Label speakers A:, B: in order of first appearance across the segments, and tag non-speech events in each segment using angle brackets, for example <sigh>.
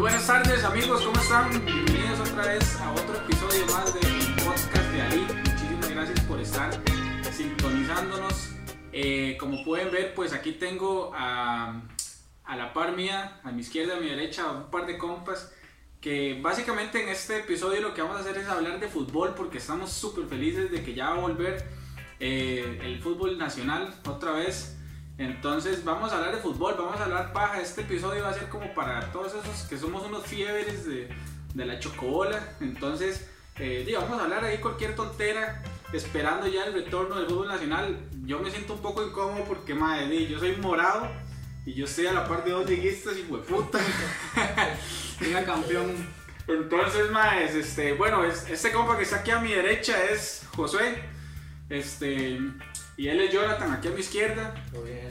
A: buenas tardes amigos, ¿cómo están? Bienvenidos otra vez a otro episodio más de podcast de Ali. Muchísimas gracias por estar sintonizándonos. Eh, como pueden ver, pues aquí tengo a, a la par mía, a mi izquierda, a mi derecha, un par de compas que básicamente en este episodio lo que vamos a hacer es hablar de fútbol porque estamos súper felices de que ya va a volver eh, el fútbol nacional otra vez. Entonces vamos a hablar de fútbol, vamos a hablar paja. Este episodio va a ser como para todos esos que somos unos fiebres de, de la chocobola. Entonces, eh, sí, vamos a hablar ahí cualquier tontera, esperando ya el retorno del fútbol nacional. Yo me siento un poco incómodo porque, madre, di, yo soy morado y yo estoy a la par de dos liguistas y hueputa.
B: Liga campeón.
A: Entonces, maes, este, bueno, es- este compa que está aquí a mi derecha es Josué, este, y él es Jonathan, aquí a mi izquierda.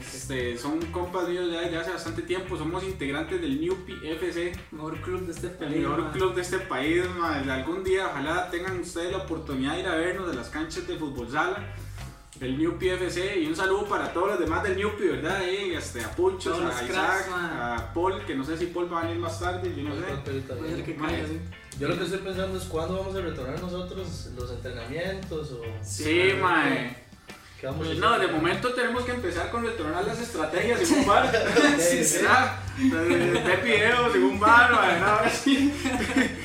A: Este, son compas míos ya desde hace bastante tiempo, somos integrantes del Newpi FC,
B: Mejor club de este
A: el
B: país.
A: mejor
B: ma.
A: club de este país, maes. Algún día, ojalá tengan ustedes la oportunidad de ir a vernos de las canchas de fútbol sala. El Newpi FC y un saludo para todos los demás del Newpi, ¿verdad? Ahí, este, a Puchos,
B: Todos
A: a
B: los
A: Isaac,
B: cracks, ma.
A: a Paul, que no sé si Paul va a venir más tarde, yo no sé.
B: Puede ser que
A: Ma,
B: caiga, sí.
C: Yo lo que estoy pensando es cuándo vamos a retornar nosotros los entrenamientos o
A: Sí, mae.
C: qué vamos a
A: Pues
C: hacer.
A: no, de momento tenemos que empezar con retornar las estrategias
B: <laughs>
A: según Bar. <laughs>
C: Sí, sí.
A: ¿Será? De video según Bar, mae, ¿no? Ahora sí.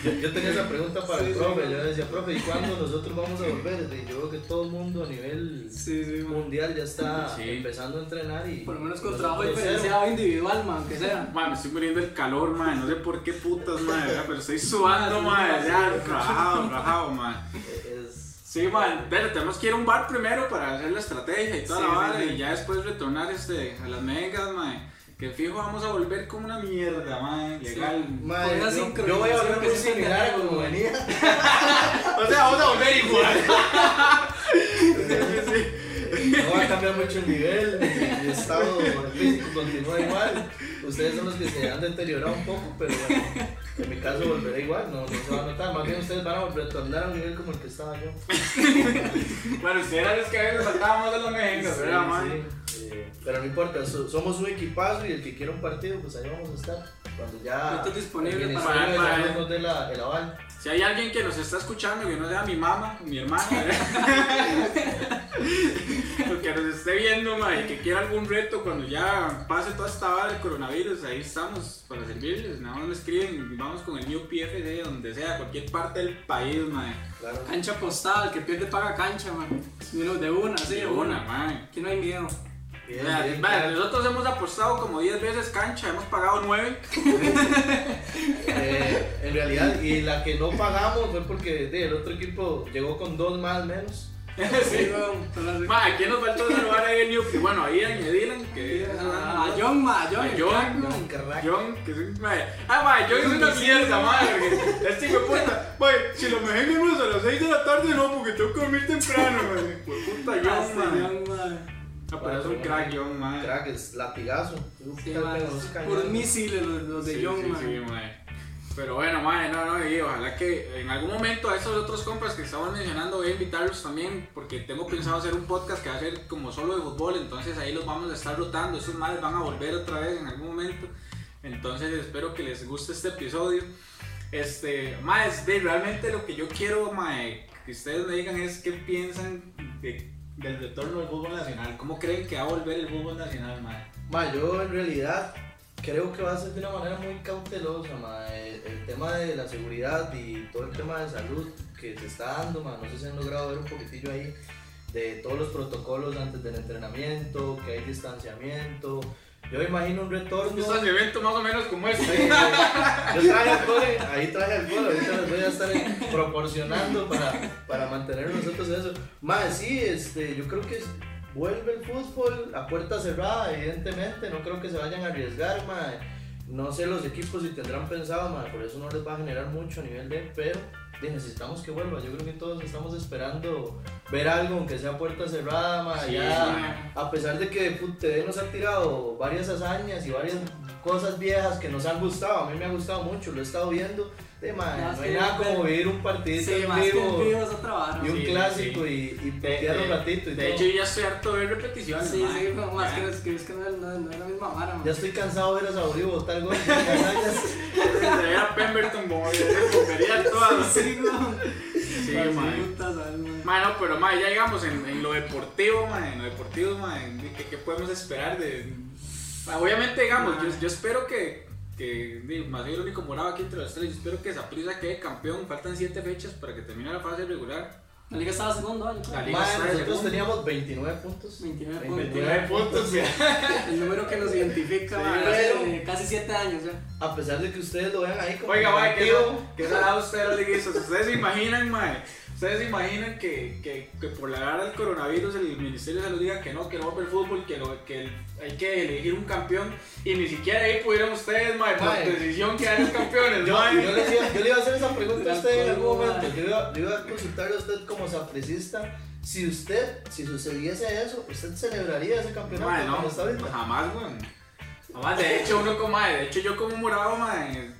C: Yo, yo tenía esa pregunta para el
B: Sí,
C: profe,
B: sí.
C: yo decía, profe, ¿y cuándo nosotros vamos a volver? Y yo veo que todo el mundo a nivel
B: Sí, sí, ma.
C: mundial ya está
A: Sí.
C: empezando a entrenar y...
B: Por lo menos con
C: nosotros
B: trabajo
C: cero.
B: diferenciado individual, man, aunque sea.
A: Mae, me estoy muriendo el calor, mae. No sé por qué putas, mae, ¿verdad? pero estoy sudando, <laughs> mae. Ya, rajado, rajado, mae.
C: Es...
A: Sí, mae, pero tenemos que ir a un bar primero para hacer la estrategia y toda
B: Sí,
A: la
B: sí,
A: vara
B: sí.
A: y ya después retornar este, a las megas, mae. Que fijo, vamos a volver como una mierda, mae. Legal.
C: Mae,
B: una
C: yo, yo voy a
B: sincronización
C: hablar
B: que
C: muy
B: sí está
C: similar a
B: teniendo,
C: como
B: ma.
C: venía.
A: O sea, vamos a volver igual. sí, sí.
C: No va a cambiar mucho el nivel, mi mi estado físico continúa igual. Ustedes son los que se han deteriorado un poco, pero bueno, en mi caso volverá igual, no, no se va a notar. Más bien ustedes van a volver a retornar a un nivel como el que estaba yo.
A: <laughs> Bueno, ustedes eran los que a veces saltábamos de los mejengas,
C: Sí,
A: ¿verdad, man?
C: sí, eh, pero no importa, so- somos un equipazo y el que quiera un partido, pues ahí vamos a estar. Cuando ya.
B: Esto es disponible para- eh.
C: el Ministerio de
A: para-
C: Salud nos dé la- el aval.
A: Si hay alguien que nos está escuchando que no sea mi mamá o mi
B: <laughs>
A: hermana, <laughs> o que nos esté viendo, ma, y que quiera algún reto cuando ya pase toda esta vara del coronavirus, ahí estamos para servirles. Nada más me escriben, vamos con el New PFD, donde sea, cualquier parte del país, ma.
C: Claro.
B: Cancha postada, el que pierde paga cancha, man. Menos de una, sí,
A: De una, ma.
B: Aquí no hay
A: <laughs>
B: miedo.
C: Bien,
A: Ma,
C: bien,
A: ma, nosotros hemos apostado como 10 veces cancha, hemos pagado 9.
C: Eh, en realidad, y la que no pagamos fue porque de, el otro equipo llegó con dos más menos.
B: Sí, weón. solo así.
A: Ma, ¿a quién nos faltó salvar ahí el New P? Bueno, ahí a Dylan, que
B: Ah, A John, ma, a John.
A: A
B: el
A: John,
B: crack, man.
C: Un crack.
A: John, que es un. mae. Ah, mae, John es una mierda, mae. porque Este hijo de puta. Mae, si lo me vemos a las 6 de la tarde, no, porque tengo que dormir temprano, mae. Pues puta
B: Ah, sí,
A: John, mae.
B: John, ma.
A: No, pero es un crack, John, mae.
C: Crack es latigazo.
B: Sí,
C: Tal
B: ma,
C: vez dos
B: Por
C: cañones.
B: misiles los, los de
A: Sí,
B: John,
A: sí,
B: man.
A: sí, mae. Pero bueno, mae, no, no, y ojalá que en algún momento a esos otros compas que estamos mencionando voy a invitarlos también, porque tengo pensado hacer un podcast que va a ser como solo de fútbol, entonces ahí los vamos a estar rotando, esos males van a volver otra vez en algún momento, entonces espero que les guste este episodio. Este, más de realmente lo que yo quiero, mae, que ustedes me digan es qué piensan de- del retorno del fútbol nacional, cómo creen que va a volver el fútbol nacional, mae.
C: Ma, yo en realidad creo que va a ser de una manera muy cautelosa, ma. El, el tema de la seguridad y todo el tema de salud que se está dando, ma. No sé si han logrado ver un poquitillo ahí de todos los protocolos antes del entrenamiento, que hay distanciamiento. Yo me imagino un retorno.
A: Un Este evento más o menos como
C: Sí,
A: este.
C: sí. Yo traje alcohol, eh, ahí traje alcohol, ahorita les voy a estar eh, proporcionando para, para mantener nosotros eso. Más, sí, este, yo creo que es- vuelve el fútbol a puerta cerrada, evidentemente, no creo que se vayan a arriesgar, mae. No sé los equipos si tendrán pensado, mae, por eso no les va a generar mucho a nivel de, pero de, necesitamos que vuelva. Yo creo que todos estamos esperando ver algo, aunque sea puerta cerrada, mae,
A: Sí,
C: ya-
A: mae.
C: a pesar de que Food TV nos ha tirado varias hazañas y varias cosas viejas que nos han gustado, a mí me ha gustado mucho, lo he estado viendo, Sí, mae,
B: No,
C: no,
B: es
C: hay
B: que
C: nada
B: yo-
C: como vivir un partido
B: Sí,
C: en
B: más que el
C: vivo
B: vivo es otra vara.
C: y un
A: Sí,
C: clásico y, y putear un
A: de-
C: ratito y
A: De
C: todo.
A: hecho, yo ya estoy harto de ver
B: Sí,
A: repeticiones.
B: sí,
A: mae.
B: pero más que
A: Ya.
B: es que es que no es no- no es la misma vara, man.
C: Ya estoy cansado de ir a Saborí y
A: <laughs>
C: botar gol. Ya-
A: Se ve a Pemberton como que se rompería todas.
B: <laughs> Sí, weón.
A: Sí,
B: Las
A: mae.
B: putas, ¿sabes, man?
A: Mae, no, pero mae, ya digamos en, en lo deportivo, mae, en lo deportivo, mae, ¿qué, qué podemos esperar de...? Mae, obviamente, digamos, yo, yo espero que, que digo, más bien el único morado aquí entre los tres, yo espero que Zaprisa quede campeón, faltan siete fechas para que termine la fase regular.
B: La liga estaba segundo, ¿vale?
A: La liga.
C: Mae,
A: está de
C: nosotros
A: segundo.
C: teníamos 29 puntos.
B: 29
C: 29 puntos.
B: El número que nos identifica
C: Sí,
B: man,
C: pero-
B: hace casi 7 años ya.
C: A pesar de que ustedes lo vean ahí como
A: Oiga, mae, que
C: negativo,
A: que salado usted los liguistas. Ustedes se imaginan, mae. Ustedes se imaginan que, que, que por la gara del coronavirus el Ministerio de Salud diga que no, que no va a haber fútbol, que, lo- que el- hay que elegir un campeón y ni siquiera ahí pudieron ustedes, mae, por
C: Mae.
A: decisión quedaron campeones,
C: Yo,
A: mae.
C: yo les iba, yo le iba a hacer esa pregunta a usted en algún momento.
B: Tranquilo,
C: Yo iba, yo iba a consultarle a usted como sapricista. Si usted, si sucediese eso, ¿usted celebraría ese campeonato
A: Mae, no,
C: como está ahorita?
A: jamás, weón. Jamás, de hecho, uno como, mae, de hecho yo como morado, mae,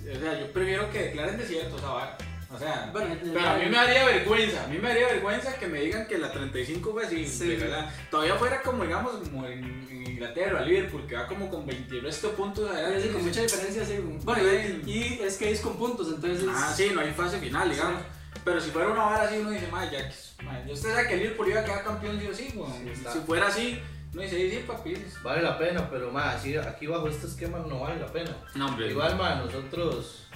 A: o sea, yo prefiero que declaren desierto, o sea, va- o sea,
B: Bueno,
A: Pero a mí me daría vergüenza, a mí me daría vergüenza que me digan que la 35 fue así,
B: Sí.
A: ¿verdad? Todavía fuera como, digamos, como en, en Inglaterra, Liverpool, que va como con 20 y resto puntos adelante.
B: Sí, con mucha diferencia, sí. güey. Bueno, y, y es que es con puntos, entonces.
A: Ah, sí, no hay fase final, digamos. Pero si fuera una vara así, uno dice, madre, ya que- madre, yo usted sabe que el Liverpool iba a quedar campeón, digo, sí, güey.
C: Sí, está.
A: si fuera así, uno dice, sí, sí, papi.
C: Vale la pena, pero más, así, aquí bajo este esquema no vale la pena.
A: No, hombre.
C: Igual, man, nosotros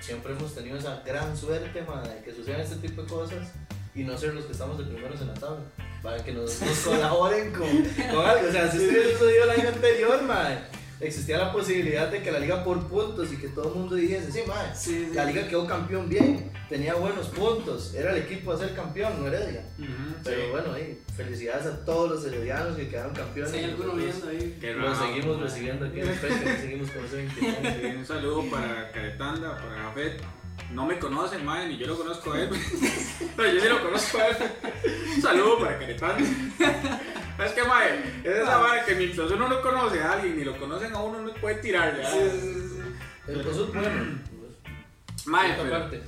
C: siempre hemos tenido esa gran suerte, man, de que sucedan este tipo de cosas y no ser los que estamos de primeros en la tabla. Para que nos, nos colaboren con, con algo. O sea, si esto hubiera sucedido el año anterior, man, existía la posibilidad de que la liga por puntos y que todo el mundo dijese, sí, man,
B: Sí, sí.
C: la liga quedó campeón bien, tenía buenos puntos, era el equipo a ser campeón, no Heredia.
A: Ujú,
C: Pero
A: sí.
C: bueno, ahí, felicidades a todos los heredianos que quedaron campeones.
B: Si hay alguno viendo
C: Nosotros-
B: ahí.
A: Qué
C: lo
A: raro,
C: seguimos
A: madre.
C: recibiendo aquí en el pecho, seguimos con ese 29.
A: Sí, Este, un saludo para Caretanda, para Jafet. No me conocen, madre, ni yo lo conozco a él. <laughs> Pero yo sí lo conozco a él. Un saludo para Caretanda. Es que, madre, es
B: Ah.
A: esa vara que mientras uno no conoce a alguien ni lo conocen a uno, no puede tirar, ¿verdad?
B: Sí, sí, sí.
C: El peso es bueno.
A: Madre,
C: Otra
A: pero.
C: parte.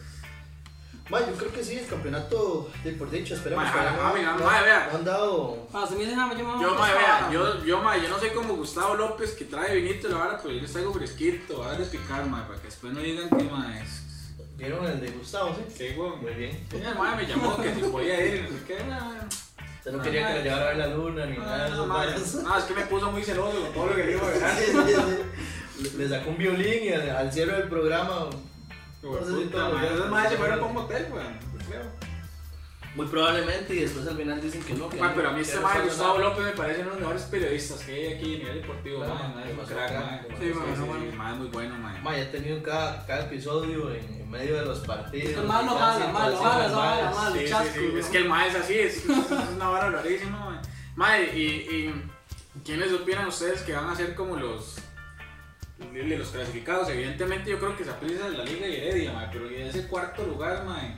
C: Mae, yo creo que sí, el campeonato de por dicho, esperemos
A: Mae,
C: que
A: mae,
C: no-
A: mae,
C: no-
A: mae, ah, vea.
C: no han dado.
B: Ah, se me dice nada, yo me
A: Yo,
B: voy a
A: madre,
B: pasar,
A: vea, yo, yo, madre, yo no soy como Gustavo López que trae vinito y la vara, pero yo les traigo fresquito, va a picar, madre, para que después no digan que, madre, es.
C: Vieron el de Gustavo, sí.
A: Que, güey.
C: Muy bien.
A: Mi hermana me llamó que si podía ir, y no sé qué, madre.
C: Usted no quería que lo llevara a ver la luna ni nada de
A: No,
C: eso.
A: madre,
C: mae.
A: no, es que me puso muy celoso con todo lo que dijo, ¿verdad?
C: Ah, <laughs> Sí, sí, sí. Le sacó un violín y al, al cierre del programa.
A: Puta, madre, Esos madres se fueron para un motel, weón. Creo.
C: Muy probablemente, y después al final dicen que no.
A: Mae, pero a mí este madre,
C: madre
A: Gustavo López, me parece uno de los mejores periodistas que hay aquí a nivel deportivo,
C: Claro,
A: madre, madre, es un
C: demasiado
A: crack,
C: crack,
A: madre.
C: demasiado
A: Sí,
B: crack,
A: sí,
B: bueno.
A: sí, madre, muy bueno, madre.
C: Ma, ya he tenido cada, cada episodio en, en medio de los partidos.
B: Es malo, malo,
C: y tal,
B: malo,
C: situaciones
B: malo,
C: malas.
B: malo, malo.
A: Sí, sí,
B: chasco,
A: sí, Es
B: weón.
A: que el mae es así, es, es una vara rarísima, mae. Mae, y, y ¿quiénes opinan ustedes que van a ser como los de los clasificados? Evidentemente yo creo que se aplica la Liga y Heredia, mae, pero y ese cuarto lugar, mae.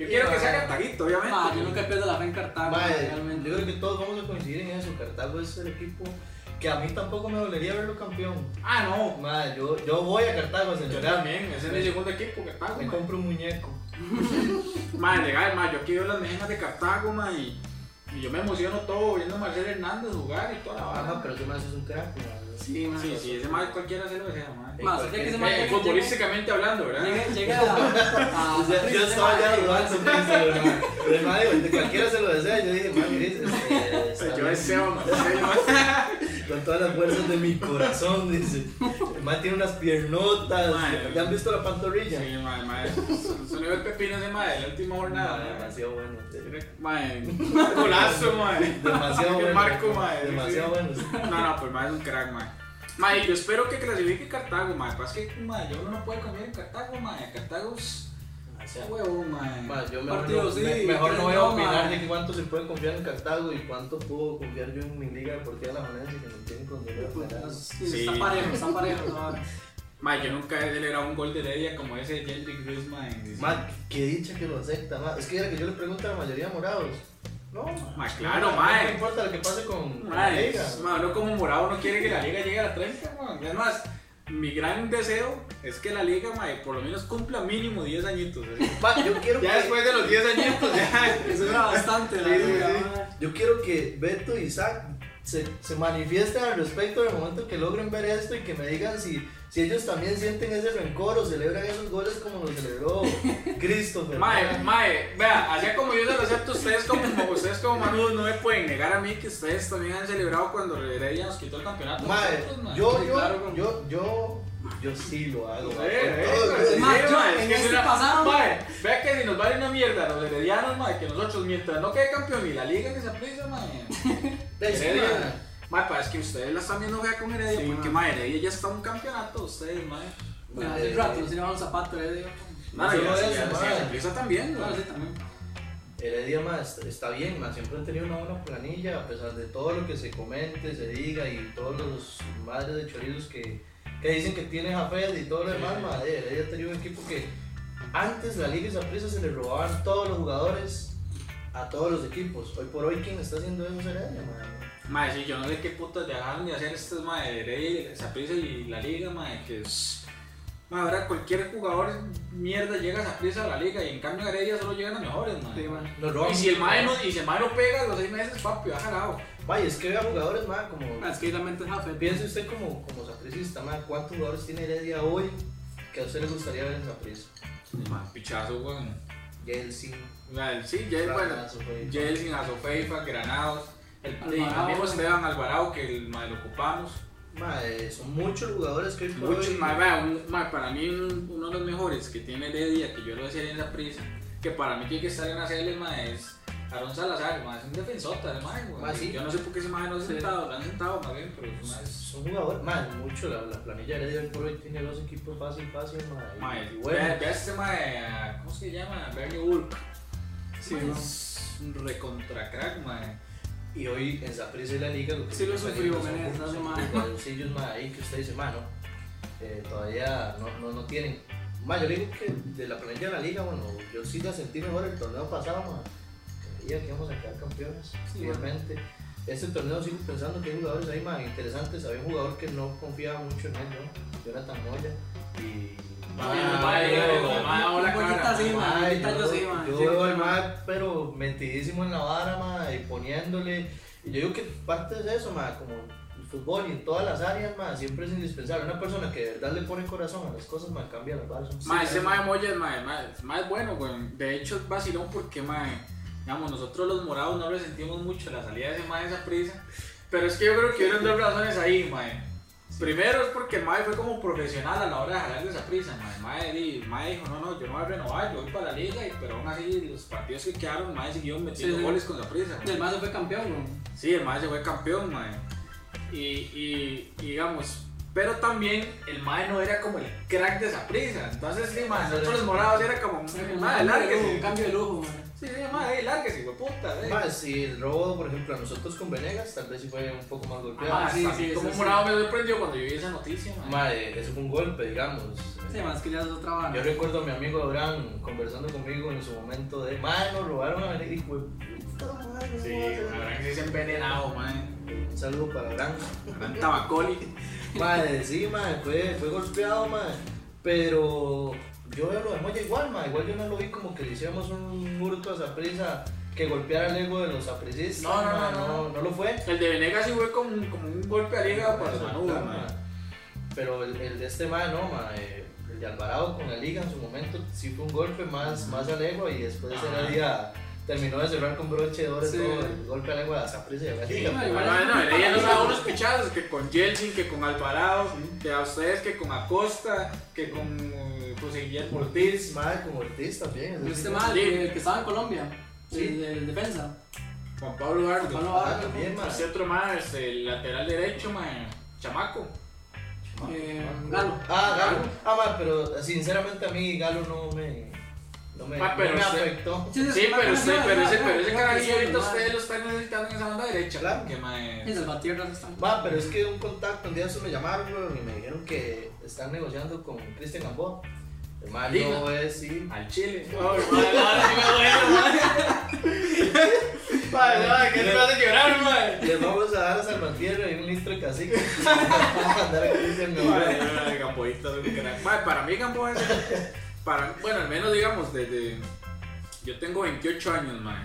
A: Yo
C: Sí,
A: quiero que
C: mae.
A: sea Cartaguito, obviamente.
B: Ma, yo nunca pierdo la fe en Cartago,
C: Ma,
B: realmente.
C: yo creo que todos vamos a coincidir en eso. Cartago es el equipo que a mí tampoco me dolería verlo campeón.
A: Ah, no.
C: Ma, yo, yo voy a Cartago a
A: Yo
C: celebrar.
A: también, ese es mi segundo equipo, Cartago.
C: Me
A: mae.
C: compro un muñeco.
A: Mae, legal, mae, yo aquí veo las mejenas de Cartago, mae, y, y yo me emociono todo viendo a Marcel Hernández jugar y toda la vara.
C: Ajá, pero tú me haces un crack. ma.
B: Ah, Sí, ma.
A: Sí, sí, ese mae cualquiera se lo desea, mae.
C: En
B: Ma, ¿sabes
C: cualquier-
B: que ese ma-
A: Eh, futbolísticamente hablando, ¿verdad?
B: Llega, llega a. a-
C: O sea, yo estaba ya dudando, pensé, ma. Pero, ma, digo, de cualquiera se lo desea. Yo dije, ma, Gris, este, está
A: Yo
C: bien.
A: deseo,
C: <laughs>
A: mae.
C: Con todas las fuerzas de mi corazón, dice. El man tiene unas piernotas.
A: Madre.
C: ¿Ya han visto la pantorrilla?
A: Sí, mae, mae. Se le ve el pepino ese mae de la última
C: Madre,
A: jornada.
C: demasiado bueno. sí.
A: Mae, Mae, golazo, mae.
C: Demasiado
A: Qué <laughs>
C: bueno.
A: marco, mae.
C: Demasiado bueno. sí.
A: No, no, pues mae es un crack, mae. Mae, yo espero que clasifique Cartago, mae. Pasa que, mae, yo no puedo cambiar en Cartago, mae. Cartago es ese huevo, mae.
C: Ma, yo
B: Partido,
C: mejor, no-
B: sí,
C: me- mejor no
B: tres
C: voy a
B: no,
C: opinar
B: ma.
C: de cuánto se puede confiar en Cartago y cuánto puedo confiar yo en mi liga deportiva de la manera que me tienen con dinero.
B: Puta,
C: Pero
B: sí,
A: Sí.
B: Está parejo, está parejo. la vara.
A: Mae, yo nunca he celebrado un gol de Heredia como ese de Jelly Cruz, mae.
C: Ma, qué dicha que lo acepta. ma. Es que era que yo le pregunto a la mayoría de morados. No,
A: Mae, claro,
C: No
A: mae.
C: importa lo que pase con con la
A: Madre,
C: liga.
A: madre, uno como morado no quiere que la liga llegue a la 30, weón. Es más, mi gran deseo es que la liga, mae, por lo menos cumpla mínimo 10 añitos. así.
C: Ma, yo <laughs> quiero
A: <laughs> Ya
C: que-
A: después de los 10 añitos, <laughs> ya.
B: Eso era bastante, la
C: Sí, sí,
B: liga,
C: sí.
B: madre.
C: Yo quiero que Beto y Isaac se, se manifiesten al respecto en el momento que logren ver esto y que me digan si, si ellos también sienten ese rencor o celebran esos goles como los
A: <laughs>
C: celebró Christopher.
A: Mae, mae, vea, así como yo se lo acepto, ustedes como, como ustedes como manudos no me pueden negar a mí que ustedes también han celebrado cuando Heredia nos quitó el campeonato.
C: Mae,
A: Nosotros, mae.
C: yo, yo,
B: Claro, como-
C: yo, yo, yo sí lo hago. mae,
A: Eh,
C: con todo el
A: eh,
C: gusto.
B: mae, yo,
A: es
B: en
A: que
B: este
A: será-
B: pasado-
A: mae, vea que si nos vale una mierda los heredianos, mae, que nosotros mientras no quede campeón ni la liga que se aprisa, mae.
C: Te escriban.
A: Heredia. Mae, pero es que ustedes la están viendo fea con Heredia,
B: Sí,
A: porque
B: mae.
A: mae, Heredia ya está en un campeonato, ustedes, mae.
B: Bueno, hace rato nos llevaban zapatos, eh, digo.
A: Mae,
C: solo
A: ya,
C: eso,
A: ya, ya,
C: mae.
A: se aprisa también,
B: Claro, sí,
A: mae.
B: también.
C: Heredia más está bien, más siempre han tenido una buena planilla, a pesar de todo lo que se comente, se diga y todos los madres de chorizos que, que dicen que tiene Jafed y todo lo demás, ma, eh, Heredia ha tenido un equipo que antes la Liga y Saprissa se le robaban todos los jugadores a todos los equipos. Hoy por hoy quien está haciendo eso es Heredia, ma.
A: Mae, sí, yo no sé qué putas dejaron de hacer estas mae de Heredia, Saprissa y la liga, mae, que es. Mae, ahora cualquier jugador mierda llega a Saprissa a la liga y en cambio a Heredia solo llegan los mejores, mae.
B: Sí, mae.
C: Nos roban
A: Y si el
C: mucho,
A: mae
C: ma.
A: no, y si el mae no pega a los seis meses, papi, ha jalado.
C: Ma, y es que vea jugadores, ma, como...
B: Ah, Es que la mente es Jafe.
C: Piense usted como, como sapricista, ma, ¿cuántos jugadores tiene Heredia hoy que a usted le gustaría ver en Saprissa?
A: Pichazo, weón.
C: Jelsin,
A: Bueno, Sí, Jel, Eh, bueno.
C: Platazo, Fey.
A: Jelsin, Azofeifa, Granados. El, y
B: Alvarado.
A: mismo Esteban Alvarado, que el mae, lo ocupamos.
C: Mae, son muchos jugadores que hoy por
A: Muchos,
C: hoy-
A: mae, vea, un- mae, para mí un- uno de los mejores que tiene Heredia, que yo lo decía en la prisa, que para mí tiene que estar en la CL, mae, es Aaron Salazar, mae, es un defensota, el mae, güey.
C: Mae, sí.
A: Yo no sé por qué ese mae no ha
B: ¿Ah, Sí.
A: sentado, lo han sentado más bien, pero mae, es-
C: Son jugadores, mae, mucho. La, la planilla de Heredia hoy por hoy tiene dos equipos fácil, fácil, mae.
A: mae,
C: y
A: vea,
C: bueno,
A: vea este mae, ¿cómo se llama? Bernie Burke.
B: Sí,
A: Mae,
B: ¿no?
A: es un recontra crack, mae.
C: y hoy en Saprissa y la Liga lo que
B: Sí lo
C: está
B: sufrió,
C: saliendo son
B: Menezes,
C: puros-
B: hace
C: son
B: mal.
C: puros bolsillos, mae, ahí que usted dice, mae, no, eh, todavía no, no, no tienen. Mae, yo le digo que de la planilla de la Liga, bueno, yo sí la sentí mejor el torneo pasado, mae. Creía que íbamos a quedar campeones,
B: Sí,
C: realmente. Este torneo sigo pensando que hay jugadores ahí más interesantes. Había un jugador que no confiaba mucho en él, ¿no? Jonathan Moya. Y. eh,
A: Mae,
B: Mae,
A: mae,
B: mae,
A: mae, ahora
B: un poquito
A: cara,
B: así, mae.
C: Mae,
B: ahorita yo sí, mae.
C: yo
B: Sí,
C: veo al
B: mae.
C: Mac, pero metidísimo en la vara, mae, y poniéndole. Y yo digo que parte de eso, mae, como el fútbol y en todas las áreas, mae, siempre es indispensable. Una persona que de verdad le pone corazón a las cosas, mae, cambia las varas.
A: Mae, ese
C: Sí,
A: mae Moya es mae, mae, es mae bueno, güey. De hecho, es vacilón porque, mae, digamos, nosotros los morados no resentimos mucho la salida de ese mae de esa prisa. Pero es que yo creo que hubieron dos razones ahí, mae. Primero es porque el mae fue como profesional a la hora de jalar de esa prisa, mae. Mae, di- mae dijo, no, no, yo no voy a renovar, yo voy para la liga, y, pero aún así los partidos que quedaron, mae siguió metiendo
B: Sí, sí.
A: goles con la prisa.
B: Y el mae se fue campeón, güey.
A: Sí, el Mae se fue campeón, Mae. Y, y, y digamos, pero también el Mae no era como el crack de esa prisa. Entonces, sí, Mae, nosotros los morados era como, Mae,
B: Un cambio de lujo, Un
A: lárguese.
B: cambio de lujo, güey.
A: Sí, sí, Mae, lárguese, hijo de puta. eh.
C: Mae, si el robo, por ejemplo, a nosotros con Venegas, tal vez sí fue un poco más golpeado.
A: Ah,
B: sí,
A: sí,
B: sí,
A: como
B: eso
A: morado me sorprendió cuando yo vi esa noticia, Mae.
C: Mae, eso fue un golpe, digamos.
B: Sí, más que ya es otra vara.
C: Yo recuerdo a mi amigo Abraham conversando conmigo en su momento de, mae, nos robaron a Venegas, y fue, puta madre, no
A: Sí,
C: voy a hacer
A: la verdad que sí se envenenado, Mae.
C: nada". Un saludo para Abraham.
A: Gran tabacoli.
C: Madre, sí, madre, fue, fue golpeado, madre. Pero yo veo lo de Moya igual, madre. Igual yo no lo vi como que le hiciéramos un hurto a Saprisa que golpeara el ego de los sapricistas.
A: No, no, no,
C: mae,
A: no, no.
C: lo fue.
A: El de Venegas sí fue como, un- como un golpe al hígado para los manudos, pues, Mae.
C: Pero el, el de este madre, no, madre. El de Alvarado con la liga en su momento sí fue un golpe más, más al ego y después ese
A: Ajá.
C: día terminó de cerrar con broche de oro y
B: Sí.
C: todo el golpe al ego de Saprisa y a la liga.
B: mae,
C: pero-
B: igual.
A: Bueno, no, ella nos da unos pichazos que con Jelsin, que con Alvarado, que a ustedes, que con Acosta, que con eh, José Guillermo Ortiz.
C: Ortiz, madre, como Ortiz también. ese
B: Este
C: tipo-
B: mae,
A: Sí.
B: que, que estaba en Colombia.
C: Sí.
B: El, el defensa.
A: Juan Pablo Ardo.
B: Pablo
C: Ah,
B: Vargas,
C: también, mae.
A: Ese otro más, el lateral derecho, man, chamaco.
B: Eh, Galo.
C: Ah, Galo. Ah, ma, pero sinceramente a mí Galo no me, no me,
A: Ma, pero
C: no me
A: usted-
C: afectó.
A: Sí, pero,
B: ese,
A: usted, pero ese, pero ese carajillo
B: carajillo
A: ahorita ustedes lo están necesitando en esa banda derecha.
C: Claro.
A: Que mae,
B: Es el batierras están.
C: Va, pero es que un contacto, un día eso me llamaron weón, y me dijeron que están negociando con Cristian Gamboa. El man no es,
B: <laughs>
C: sí.
D: Al Chile.
B: Madre, madre, ¿qué te hace llorar, madre?
C: Les vamos a dar a Salvatierra y un litro de cacique. <laughs> Vamos a andar aquí diciendo,
D: Madre, madre, Gamboísta es un crack.
A: Mae, para mí Gamboa es- para, bueno, al menos digamos desde yo tengo 28 años, mae.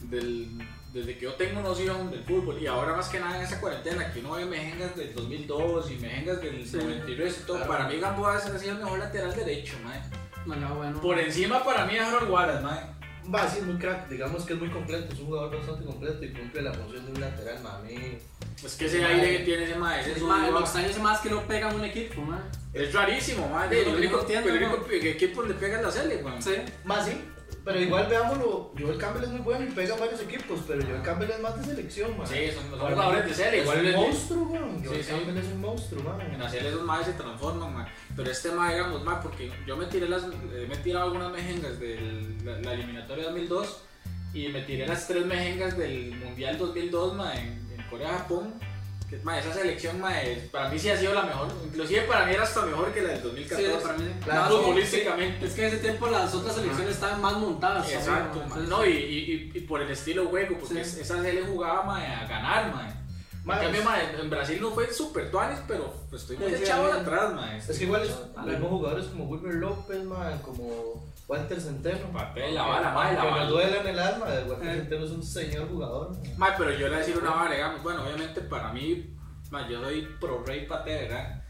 A: Del- desde que yo tengo noción del fútbol y ahora más que nada en esa cuarentena que uno ve mejengas del 2002 y mejengas del
B: Sí.
A: 93 y todo,
C: Claro.
A: para mí Gamboa es- ha sido el mejor lateral derecho, mae.
B: Bueno, bueno.
A: Por encima para mí es Harold Wallace, mae.
C: Va, sí, es muy crack, digamos que es muy completo, es un jugador bastante completo y cumple la función de un lateral, mami.
A: Es que ese aire que tiene ese mae, ese
B: Es
A: sonido,
B: más, lo
A: mae.
B: extraño es más que no pega un equipo, man.
A: es rarísimo, mae.
B: Sí,
A: el
B: no
A: único,
B: entiendo,
A: el
B: ¿no?
A: único pe- equipo le pega la serie, weón.
B: Sí.
C: Más sí, pero igual veámoslo, Joel Campbell es muy bueno y pega a varios equipos, pero Joel Campbell es más de selección, man.
A: Sí, son los jugadores de serie,
C: es
A: igual
C: un
A: les-
C: monstruo, weón. Joel
A: Sí, sí.
C: Campbell es un monstruo,
A: En
C: man.
A: hacer esos madres se transforman, ma. Pero este ma, digamos, ma, porque yo me tiré las. eh, me he tirado algunas mejengas de la, la eliminatoria 2002 y me tiré las tres mejengas del Mundial 2002, ma, en, en Corea-Japón. Que, ma, esa selección, ma, es- para mí sí ha sido la mejor. Inclusive para mí era hasta mejor que la del 2014.
B: Sí, para mí.
C: Claro,
A: Más
B: No,
A: futbolísticamente.
B: Es que en ese tiempo las otras selecciones estaban más montadas. ¿sabes?
A: Exacto, ma.
B: Entonces,
A: No, y, y- y- y por el estilo de juego, porque
B: Sí.
A: es- esa serie jugaba, ma, a ganar, ma.
C: Ma,
A: en, cambio,
C: es-
A: ma, en- en Brasil no fue súper tuanes, pero pues, estoy muy
B: Sí, sí,
A: echado
B: sí.
A: atrás, ma.
C: Es que igual es, mismo jugadores como Wilmer López, man, como Walter Centeno.
A: Papel, la bala, madre, la
C: que me
A: bala.
C: duela en el alma, Walter
B: Eh.
C: Centeno es un señor jugador, man.
A: Mae, pero yo le voy a decir una vara, digamos, bueno, obviamente para mí, mae, yo soy pro rey pate, ¿verdad?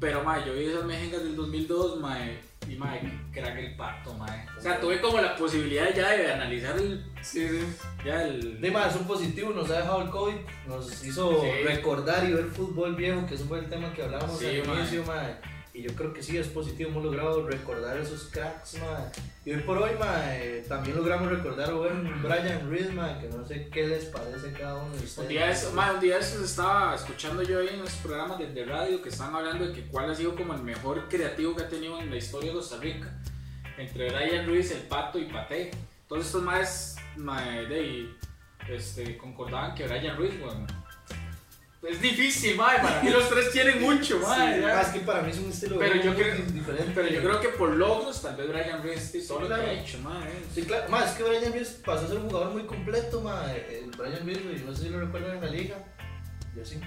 A: Pero, mae, yo vi esas mejengas del 2002, mae, y mae, crack el pato, mae. O sea, tuve como la posibilidad ya de analizar el,
B: Sí, sí.
A: ya el...
C: De más, es un positivo, nos ha dejado el COVID, nos hizo
A: Sí.
C: recordar y ver fútbol viejo, que eso fue el tema que hablábamos
A: Sí,
C: al
A: mae.
C: inicio, mae. Y yo creo que sí, es positivo, hemos logrado recordar esos cracks, mae. Y hoy por hoy, mae, también logramos recordar a buen Brian Reed, mae, que no sé qué les parece cada uno de
A: Un
C: ustedes.
A: día, de esos- mae, un día de esos estaba escuchando yo ahí en los programas de, de radio que estaban hablando de que cuál ha sido como el mejor creativo que ha tenido en la historia de Costa Rica. Entre Brian Ruiz, El Pato y Pate. Todos estos maes, mae, de ahí, este, concordaban que Brian Ruiz, bueno. Es difícil, mae, para mí los tres tienen mucho, mae.
C: Sí,
A: ya.
C: mae, es que para mí es un estilo
A: Pero yo
C: muy
A: creo-
C: diferente.
A: Pero yo creo que por logros, tal vez Brian Ruiz es todo lo que
C: claro.
A: ha hecho, mae.
C: Sí, claro. Más es que Brian Reeves pasó a ser un jugador muy completo, ma. El Brian Reeves, yo no sé si lo recuerdan en la liga.
A: <laughs>
C: Yo sí.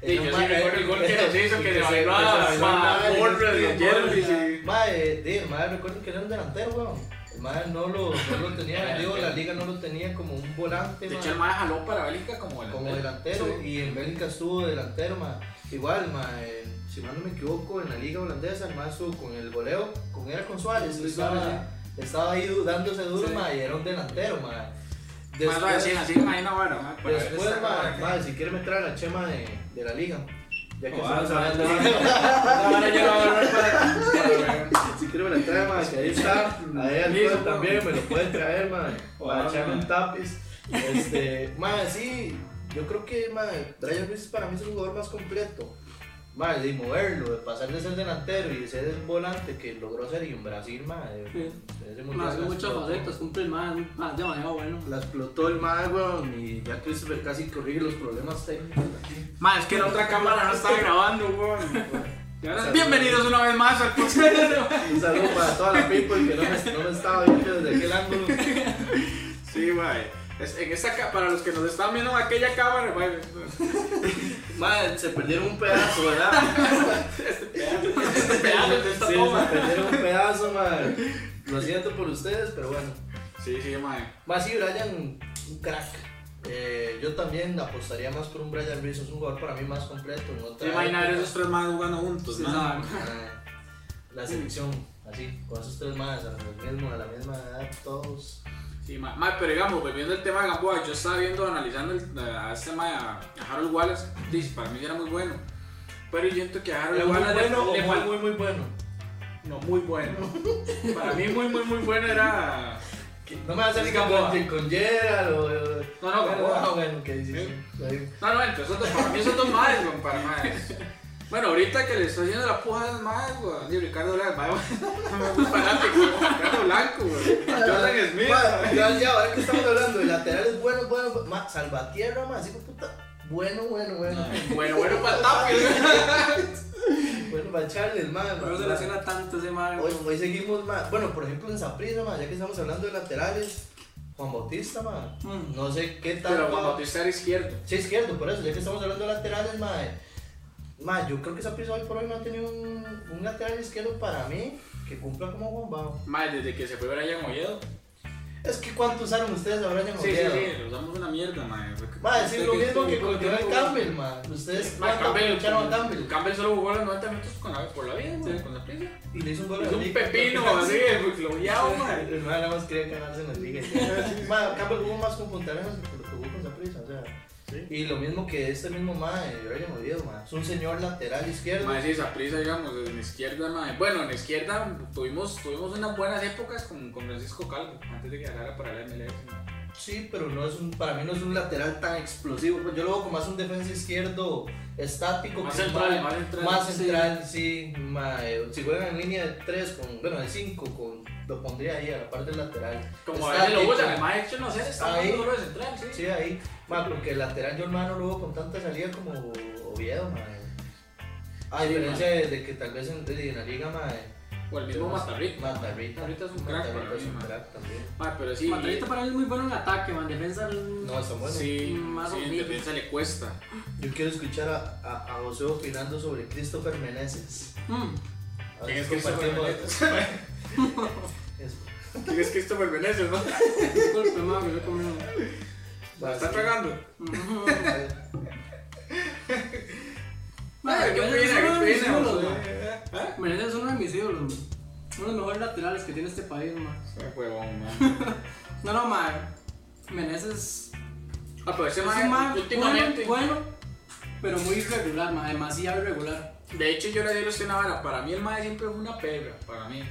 A: Sí, yo sí recuerdo el gol que nos
C: eh,
A: hizo,
C: <laughs>
A: que le bailó a- a Borja de Jervis y-
C: Madre, eh, de, madre, recuerden que era un delantero, weón. El madre no lo, no lo tenía,
A: <laughs> Era
C: digo, la
A: delantero.
C: liga no lo tenía como un volante,
A: De
C: ma,
A: hecho, el mae jaló para Bélgica como el
C: como delantero. Y en Bélgica estuvo delantero, ma. Igual, ma, eh, si mal no me equivoco, en la liga holandesa, el ma estuvo con el goleo, con era con Suárez,
B: Sí,
C: que estaba,
B: Suárez,
C: estaba ahí du- dándose duro,
B: Sí.
C: ma, y era un delantero, ma.
A: Más lo decían, así, imagina, bueno, mae, para ver
C: Después,
A: esta
C: ma,
A: vara.
C: ma, si quieres meter a la chema de, de la liga, ya que
D: Oh,
C: estamos
D: ah,
C: hablando
B: Ahora yo lo voy a hablar para.
C: Si quieres me la trae, ma, que ahí está. Ahí al
A: Listo,
C: Colo también me lo pueden traer, ma, para
D: Ah,
C: echarme
D: ma.
C: un tapiz. <laughs> Este, ma, sí, yo creo que, ma, Brian Ruiz para mí es el jugador más completo. Ma, de moverlo, de pasar de ser delantero y de ser el volante que logró ser y en Brasil, ma, de-
B: Sí. <laughs>
C: ese
B: Más
C: mundial la
B: muchas
C: explotó.
B: facetas, cumple el más, más demasiado bueno.
C: La explotó el ma, weón, y ya Christopher casi corrige los problemas técnicos.
A: Más es que la otra cámara no estaba grabando, weón. Y ahora,
C: Salud.
A: bienvenidos una vez más al podcast.
C: Un <laughs> saludo para toda la people que no me, no me estaba viendo desde aquel ángulo.
A: Sí, mae. Es- En esta, ca- para los que nos están viendo en aquella cámara, mae.
C: Madre, se perdieron un pedazo, ¿verdad?
A: Este pedazo de esta
C: Sí,
A: toma.
C: se perdieron un pedazo, madre. Lo siento por ustedes, pero bueno.
A: Sí, sí, mae.
C: Más sí, Brian, un crack. Eh, yo también apostaría más por un Brian Reeves, es un jugador para mí más completo. en otra
A: Te imaginar
C: época.
A: esos tres Pues más jugando juntos,
B: Sí,
A: mae.
B: sabe.
C: Madre, Ah, La selección, así, con esos tres más, a los mismos, a la misma edad, todos.
A: Sí, mae. Mae, pero digamos, volviendo al tema de Gamboa, yo estaba viendo, analizando el- a este mae, a a Harold Wallace. Dice, para mí era muy bueno. Pero yo siento que a Harold
C: ¿Era muy
A: Wallace le-
C: bueno o
A: le
C: muy,
A: fal-
C: muy, muy bueno?
A: No, muy bueno. Para mí, muy, muy, muy bueno era.
C: No me vas a hacer
A: Sí, Gamboa.
C: con, con Gerard o... o-
A: No, no,
C: bueno,
A: Gamboa.
C: ah, bueno, que dices,
A: Sí.
C: sí, ahí.
A: No, no, entre esos dos, para mí esos dos madres, weón, para madres. Bueno, ahorita que le estoy haciendo la puja a las madres, weón, y Ricardo Blanco, madre, weón, <laughs> es fanático, weón, Ricardo Blanco, weón, Jordan Smith,
C: Bueno, ya, ya, ahora que estamos hablando de laterales buenos, buenos, bu- ma, Salvatierra, más,
A: Ah.
C: hijo de puta. Bueno, bueno, bueno.
A: pues, bueno, bueno, para tapio,
C: Bueno, para echarles, madre.
B: Por eso le suena tanto ese madre.
C: Hoy, hoy seguimos más. Bueno, por ejemplo, en Saprissa, ma, ya que estamos hablando de laterales, Juan Bautista, ma,
B: Mm.
C: no sé qué tal.
A: Pero
C: Juan
A: Juan Bautista era izquierdo.
C: Sí, izquierdo, por eso, ya que estamos hablando de laterales, ma, eh, ma, yo creo que Saprissa hoy por hoy no ha tenido un, un lateral izquierdo para mí que cumpla como Juan Bao.
A: Madre, desde que se fue Brian Oviedo.
C: Es que cuánto usaron ustedes ahora ya
A: Sí, sí, sí, lo usamos una mierda, madre.
C: Ma,
A: Este
C: es lo mismo que con Joel
A: el
C: Campbell, ma. Ustedes
A: Ma, Este,
C: cuánto
A: Campbell,
C: escucharon a Campbell.
A: Campbell solo jugó los 90 minutos con la, por la vida, madre, con la prisa.
C: Y le hizo un gol
A: Es
C: a la
A: un
C: liga.
A: pepino,
C: <laughs>
A: así, flojeado, madre.
C: El man nada más quería ganarse en
A: <laughs>
C: la liga. Ma, Campbell jugó más con Punta Arenas que lo que jugó con Saprissa, o sea.
A: Sí.
C: Y lo mismo que este mismo mae, Brian Oviedo, ma. Es un señor lateral izquierdo.
A: Madre, sí, esa prisa, digamos, en izquierda, madre. Bueno, en izquierda tuvimos, tuvimos unas buenas épocas con, con Francisco Calvo, antes de que agarrara para la MLS. madre.
C: Sí, pero no es un, para mí no es un lateral tan explosivo. Yo lo veo como más un defensa izquierdo estático.
A: Más
C: que
A: central,
C: ma-
A: más central.
C: Más
A: Sí.
C: central, sí. ma, eh, si juegan en línea de 3, con, bueno, de 5, con, lo pondría ahí a la parte lateral.
A: Como a veces lo
C: Estático.
A: usan, el maestro no sé, está
C: Ahí.
A: muy duro de central, sí.
C: Sí, ahí. Ma, porque el lateral yo hermano lo veo con tanta salida como Oviedo, ma. A
A: Sí,
C: diferencia de, de que tal vez en, de- en la liga, ma. eh,
A: O el mismo Matarrita.
C: Matarrita.
A: Matarrita es un crack para
C: Matarrita es
A: mí,
C: un
A: ma.
C: crack también.
A: Madre, pero sí.
B: Matarrita para mí es muy bueno en ataque, man. Defensa. mm.
C: No, está bueno.
A: Sí,
B: Más
A: sí, en
B: humilde.
A: defensa le cuesta.
C: Yo quiero escuchar a, a, a José opinando sobre Christopher Meneses.
B: Mm.
C: A
A: ¿Quién
C: ver
A: es
C: si compartimos-
A: Christopher
C: <laughs> Eso.
A: ¿Quién es Christopher Meneses, <laughs> no?
B: Disculpe, man, que yo
A: <laughs>
B: comí. un-
A: ¿La
C: Va,
A: está
C: sí.
A: tragando?
B: Ujú.
A: Madre, qué
B: Meneses
A: pena,
B: es uno de
A: qué
B: mis
A: pena.
B: ídolos,
A: o sea,
B: man.
A: ¿eh?
B: Meneses es uno de mis ídolos, man. Uno de los mejores laterales que tiene este país, man.
A: Ay, huevón, man.
B: No, no, man. Meneses
A: Ah, pero ese
B: es un man
A: man, últimamente.
B: bueno, bueno, pero muy irregular, man. Demasiado irregular.
A: De hecho, yo le digo a usted una vara. Para mí, el mae siempre fue una pega. Para mí.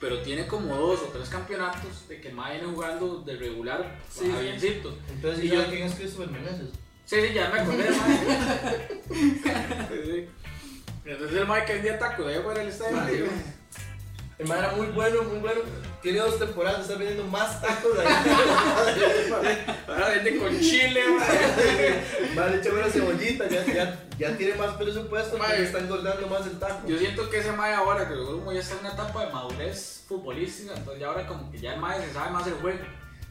A: Pero tiene como dos o tres campeonatos de que el mae viene jugando de regular.
B: Sí,
A: Sí.
B: sí.
A: Biencitos.
C: Entonces,
A: Y
C: ¿y
A: yo-
C: yo quién es Christopher Meneses?
A: Sí, sí, ya me acordé, mae.
B: <laughs>
A: Sí, sí. Entonces, el mae que vendía tacos de ahí fuera del estadio.
B: Madre.
A: digo,
C: El man era muy bueno, muy bueno. Tiene dos temporadas, está vendiendo más tacos ahí. <laughs>
A: Ahora vende con chile, mae.
C: Vale, echame una cebollita, ya, ya, ya tiene más presupuesto,
A: Mae.
C: mae, está engordando más el taco.
A: Yo siento que ese mae ahora, que seguro como ya está en una etapa de madurez futbolística, entonces ya ahora como que ya el mae se sabe más el juego.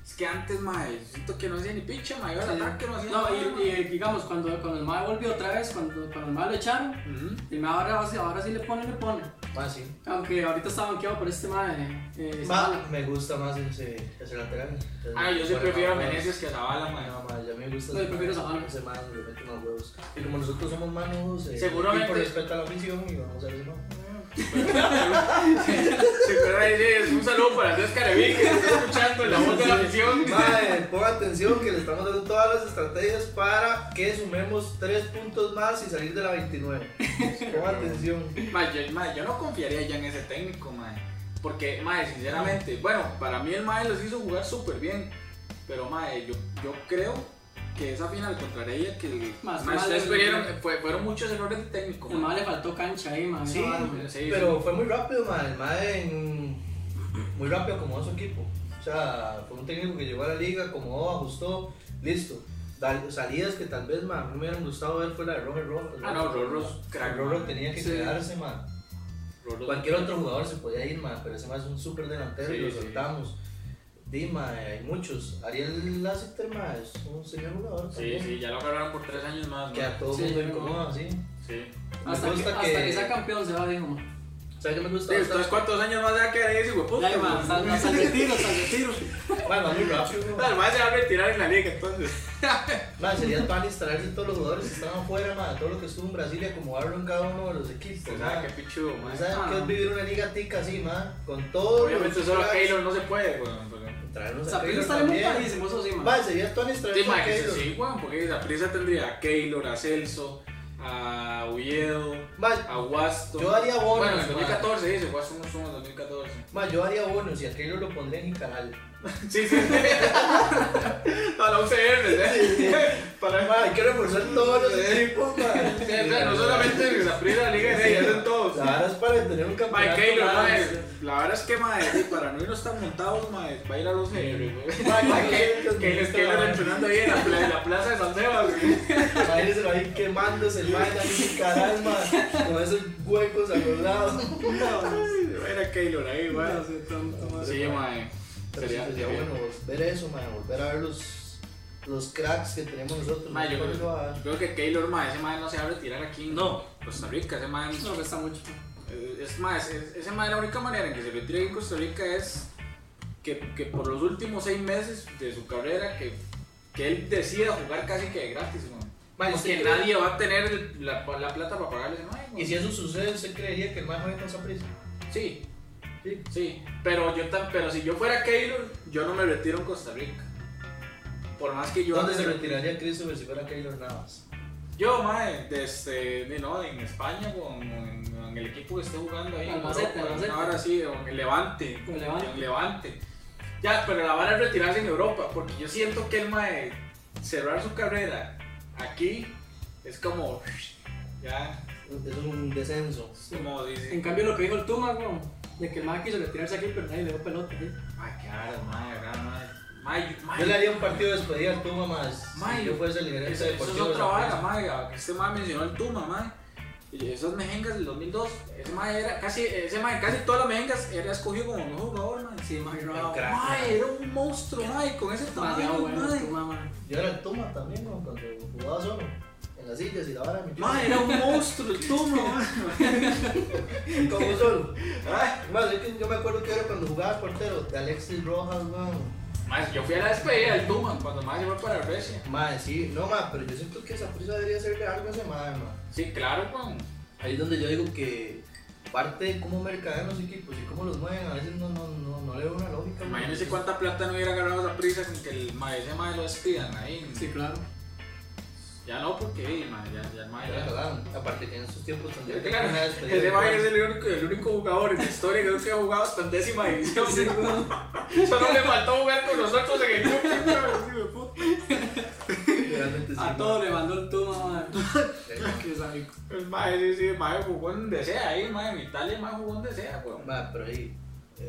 A: Es que antes, mae, siento que no hacía ni pinche, mae, ahora el ataque no hacía
B: No,
A: nada,
B: y, y, digamos, cuando, cuando el mae volvió otra vez, cuando, cuando el mae lo echaron,
A: mae. Ujú.
B: el mae ahora, ahora sí le pone, le pone.
C: Ah, sí.
B: Aunque ahorita está banqueado por este mae. Eh,
C: Ma,
B: Zavala.
C: me gusta más ese, ese lateral.
A: Ah, yo sí
C: Bueno,
A: prefiero a
C: ma,
A: Meneses que a Zavala, mae.
C: No, ma, ya me gusta.
B: No, yo prefiero Zavala.
C: Ese man, le mete más huevos. Y como nosotros somos manos, eh,
A: Seguramente.
C: y por respeto a la afición, y vamos a ver si no.
A: Sí, pero ahí sí, es un saludo para Andrés Carevic, que está escuchando la voz de la afición.
C: Mae, ponga atención que le estamos dando todas las estrategias para que sumemos 3 puntos más y salir de la 29. <laughs> Ponga atención.
A: Mae, yo, mae, yo no confiaría ya en ese técnico, mae. Porque, mae, sinceramente, bueno, para mí el mae los hizo jugar súper bien. Pero, mae, yo, yo creo que esa final contra ella que el-
B: Más
A: mae, ustedes
B: mal,
A: vieron,
B: el-
A: fue- fueron muchos errores de técnico.
B: El mae le faltó cancha ahí, mae.
C: Sí,
B: Zavala.
A: sí,
C: pero fue muy rápido, mae. El mae en- muy rápido acomodó su equipo. O sea, fue un técnico que llegó a la liga, acomodó, ajustó, listo. Dal- salidas que tal vez mae, a mí me hubieran gustado ver fue la de Roger Rojas.
A: Ah, no, Roros, crack.
C: Rorro tenía que
B: Sí.
C: quedarse, mae.
A: Roros-
C: Cualquier otro jugador se podía ir, ma, pero ese más es un súper delantero
A: Sí,
C: y lo
A: sí.
C: soltamos. Dima, hay muchos. Ariel Lasseter, ma, es un señor jugador
A: Sí,
C: también.
A: sí, ya lo agarraron por tres años más,
C: Que
A: mae.
C: a todo
B: Sí,
C: mundo
B: pero-
C: incomoda, sí.
A: Sí.
B: Hasta,
C: me
B: que,
C: gusta
B: hasta
C: que-
B: que sea campeón se va, dijo, mae.
C: O sea, que me gusta.
A: Sí, entonces,
C: bastante.
A: ¿cuántos años más va a quedar ese hueputa,
B: Ya, mae,
A: mae?
B: hasta, hasta el retiro, hasta el retiro.
C: Bueno, muy rápido.
A: <laughs> El mae se va a retirar en la liga, entonces.
C: Ma, sería para instalarse todos los jugadores que estaban afuera, ma, todo lo que estuvo en Brasil y acomodarlo en cada uno de los equipos.
A: Pues,
C: ma.
A: ah, qué pichudo, mae.
C: ¿Sabes
B: Ah.
C: qué es vivir una liga tica así, ma? Con todo.
A: Obviamente solo Keylor no se puede, weón. pero-
C: Traernos a
B: Zapilo
C: Keylor
B: está
C: también.
B: montadísimo, eso sí, mae.
C: Ma, sería tan
A: Sí,
C: instalarse
A: mae,
C: a
A: que se-
C: Keylor.
A: sí, weón, porque la prisa tendría a Keylor, a Celso, a Oviedo,
C: Ma,
A: a Guasto.
C: Yo daría bonos,
A: Bueno, en el
C: mae.
A: 2014 dice, Guasto no somos 2014.
C: Ma, yo haría bonos y a Keylor lo pondría en canal.
A: Sí, sí, sí. <laughs> a la UCR, ¿eh? <laughs> Para
C: Ma, hay que reforzar todos los
A: Sí.
C: equipos, ma.
A: o sea, no solamente en la prisa, la liga de ellos, en todos.
C: La verdad es para tener un campeonato.
A: Mae, Keylor,
C: ma,
A: mae,
C: es-
A: la verdad es que, mae, sí, para no irnos tan montados, mae, va a ir a los CR, <laughs>
C: Ma,
A: güey.
C: Keylor,
A: Que es que
C: ma,
A: lo entrenando ahí en la, pla- en la plaza de San Sebas, güey.
C: ma, ahí se lo ahí quemándose el baile ahí en canal, ma. Con con esos huecos a los lados.
A: Era Keylor ahí,
B: No
A: mae.
B: sé, tonto, madre.
A: Sí, mae.
C: Pero sí,
A: Sería, sería-
C: sería bueno volver a eso, man, volver a ver los, los cracks que tenemos nosotros.
A: Mae,
C: ¿no?
A: yo
C: Volverlo a-
A: Yo creo que Keylor, mae, ese mae no se va a retirar aquí en
C: No.
A: Costa Rica. Ese mae,
B: No cuesta mucho.
A: eh, es más, es- ese mae, la única manera en que se retire en Costa Rica es que, que por los últimos seis meses de su carrera, que, que él decida jugar casi que de gratis, Este, mae.
C: Mae, ¿usted
A: Porque
C: cree-
A: nadie va a tener el- la, la plata para pagarle ese mae, mae.
C: Y si eso sucede, ¿usted creería que el más joven con Saprissa?
A: Sí,
C: Sí.
A: sí. Pero, yo tam- pero si yo fuera Keylor, yo no me retiro en Costa Rica. Por más que yo.
C: ¿Dónde se retiraría Christopher si fuera Keylor Navas?
A: Yo, mae, desde, de, no, en España, con, en, en el equipo que esté jugando ahí. en
B: Albacete,
A: Europa,
B: Albacete.
A: Ahora sí, o en el Levante.
B: Con Levante.
A: en Levante. Ya, pero la van a retirarse en Europa, porque yo siento que el mae, cerrar su carrera aquí es como. Ya,
C: Es un descenso.
A: es como
B: En
A: dice.
B: cambio, lo que dijo el Tuma, weón, de que el man quiso retirarse aquí, pero nadie le dio pelota. ¿sí?
A: Ay, qué aras, mae, aras, mae. Mae, mae.
C: Yo le haría un partido de despedida al Tuma más.
A: Mae,
C: si yo fuese el
A: Eso,
C: gerente
A: eso es
C: deportivo. de
A: otra
C: Saprissa.
A: vara, mae. que Este mae mencionó el Tuma, mae. Y Esas mejengas del 2002, ese mae era casi, ese mae, casi todas las mejengas era escogido como un jugador, mae.
B: Sí, más
C: El crack.
A: Mae, era un monstruo, mae, con ese tamaño,
B: Demasiado bueno el
A: mae.
B: Tuma, man.
C: Yo era el Tuma también, ¿no? cuando jugaba solo. En las sillas y la vara. me-
A: Mae, era un monstruo el Tuma, mae.
C: Como solo.
A: Ay,
C: Más, es que yo me acuerdo que era cuando jugaba portero de Alexis Rojas, weón.
A: Mae, yo fui a la despedida del Tuma cuando mae se fue para Grecia.
C: Madre, sí, no más, pero yo siento que esa prisa debería hacerle algo a ese madre, ma.
A: Sí, claro, con
C: Ahí es donde yo digo que parte de cómo mercadean los equipos y cómo los mueven, a veces no, no, no, no le veo una lógica. ma.
A: Imagínense cuánta plata no hubiera ganado esa prisa con que el mae, ese mae lo despidan ahí.
B: Sí, claro.
A: Ya no, porque, mae, ya, ya el mae
C: Ya la
A: ya.
C: cagaron. Aparte que en sus tiempos tendría que
A: Claro,
C: una despedida.
A: <laughs> ese mae es el único, el único jugador en la historia que nunca ha jugado hasta en décima división. Solo le faltó jugar con nosotros en el club. hijo de puta.
C: Realmente
B: <laughs>
C: sí,
B: A
C: ma.
B: todos le mandó el Tuma, <laughs> man. Qué sádico.
A: El mae, sí, sí, el mae jugó en donde sea, ahí, mae, en Italia el mae jugó en donde sea, weón. <laughs>
C: Ma, pero ahí,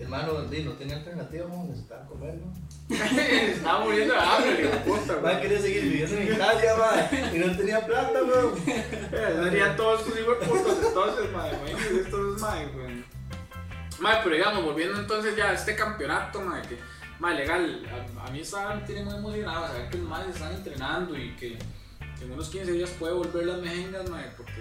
C: hermano, di, no tenía alternativa, ma, necesitaba comer, ¿no?
A: Estaba muriendo de hambre, hijo de puta,
C: Ma,
A: weón.
C: quería seguir viviendo en Italia, ma, y no tenía plata, weón.
A: Serían Eh, todos sus hijos de putos entonces, mae, mae, estos mae, weón. Mae, pero digamos, volviendo entonces ya a este campeonato, mae, que, mae, legal, a, a mí estaba me tiene muy emocionado saber que los maes están entrenando y que en unos 15 días puede volver las mejengas, mae, porque,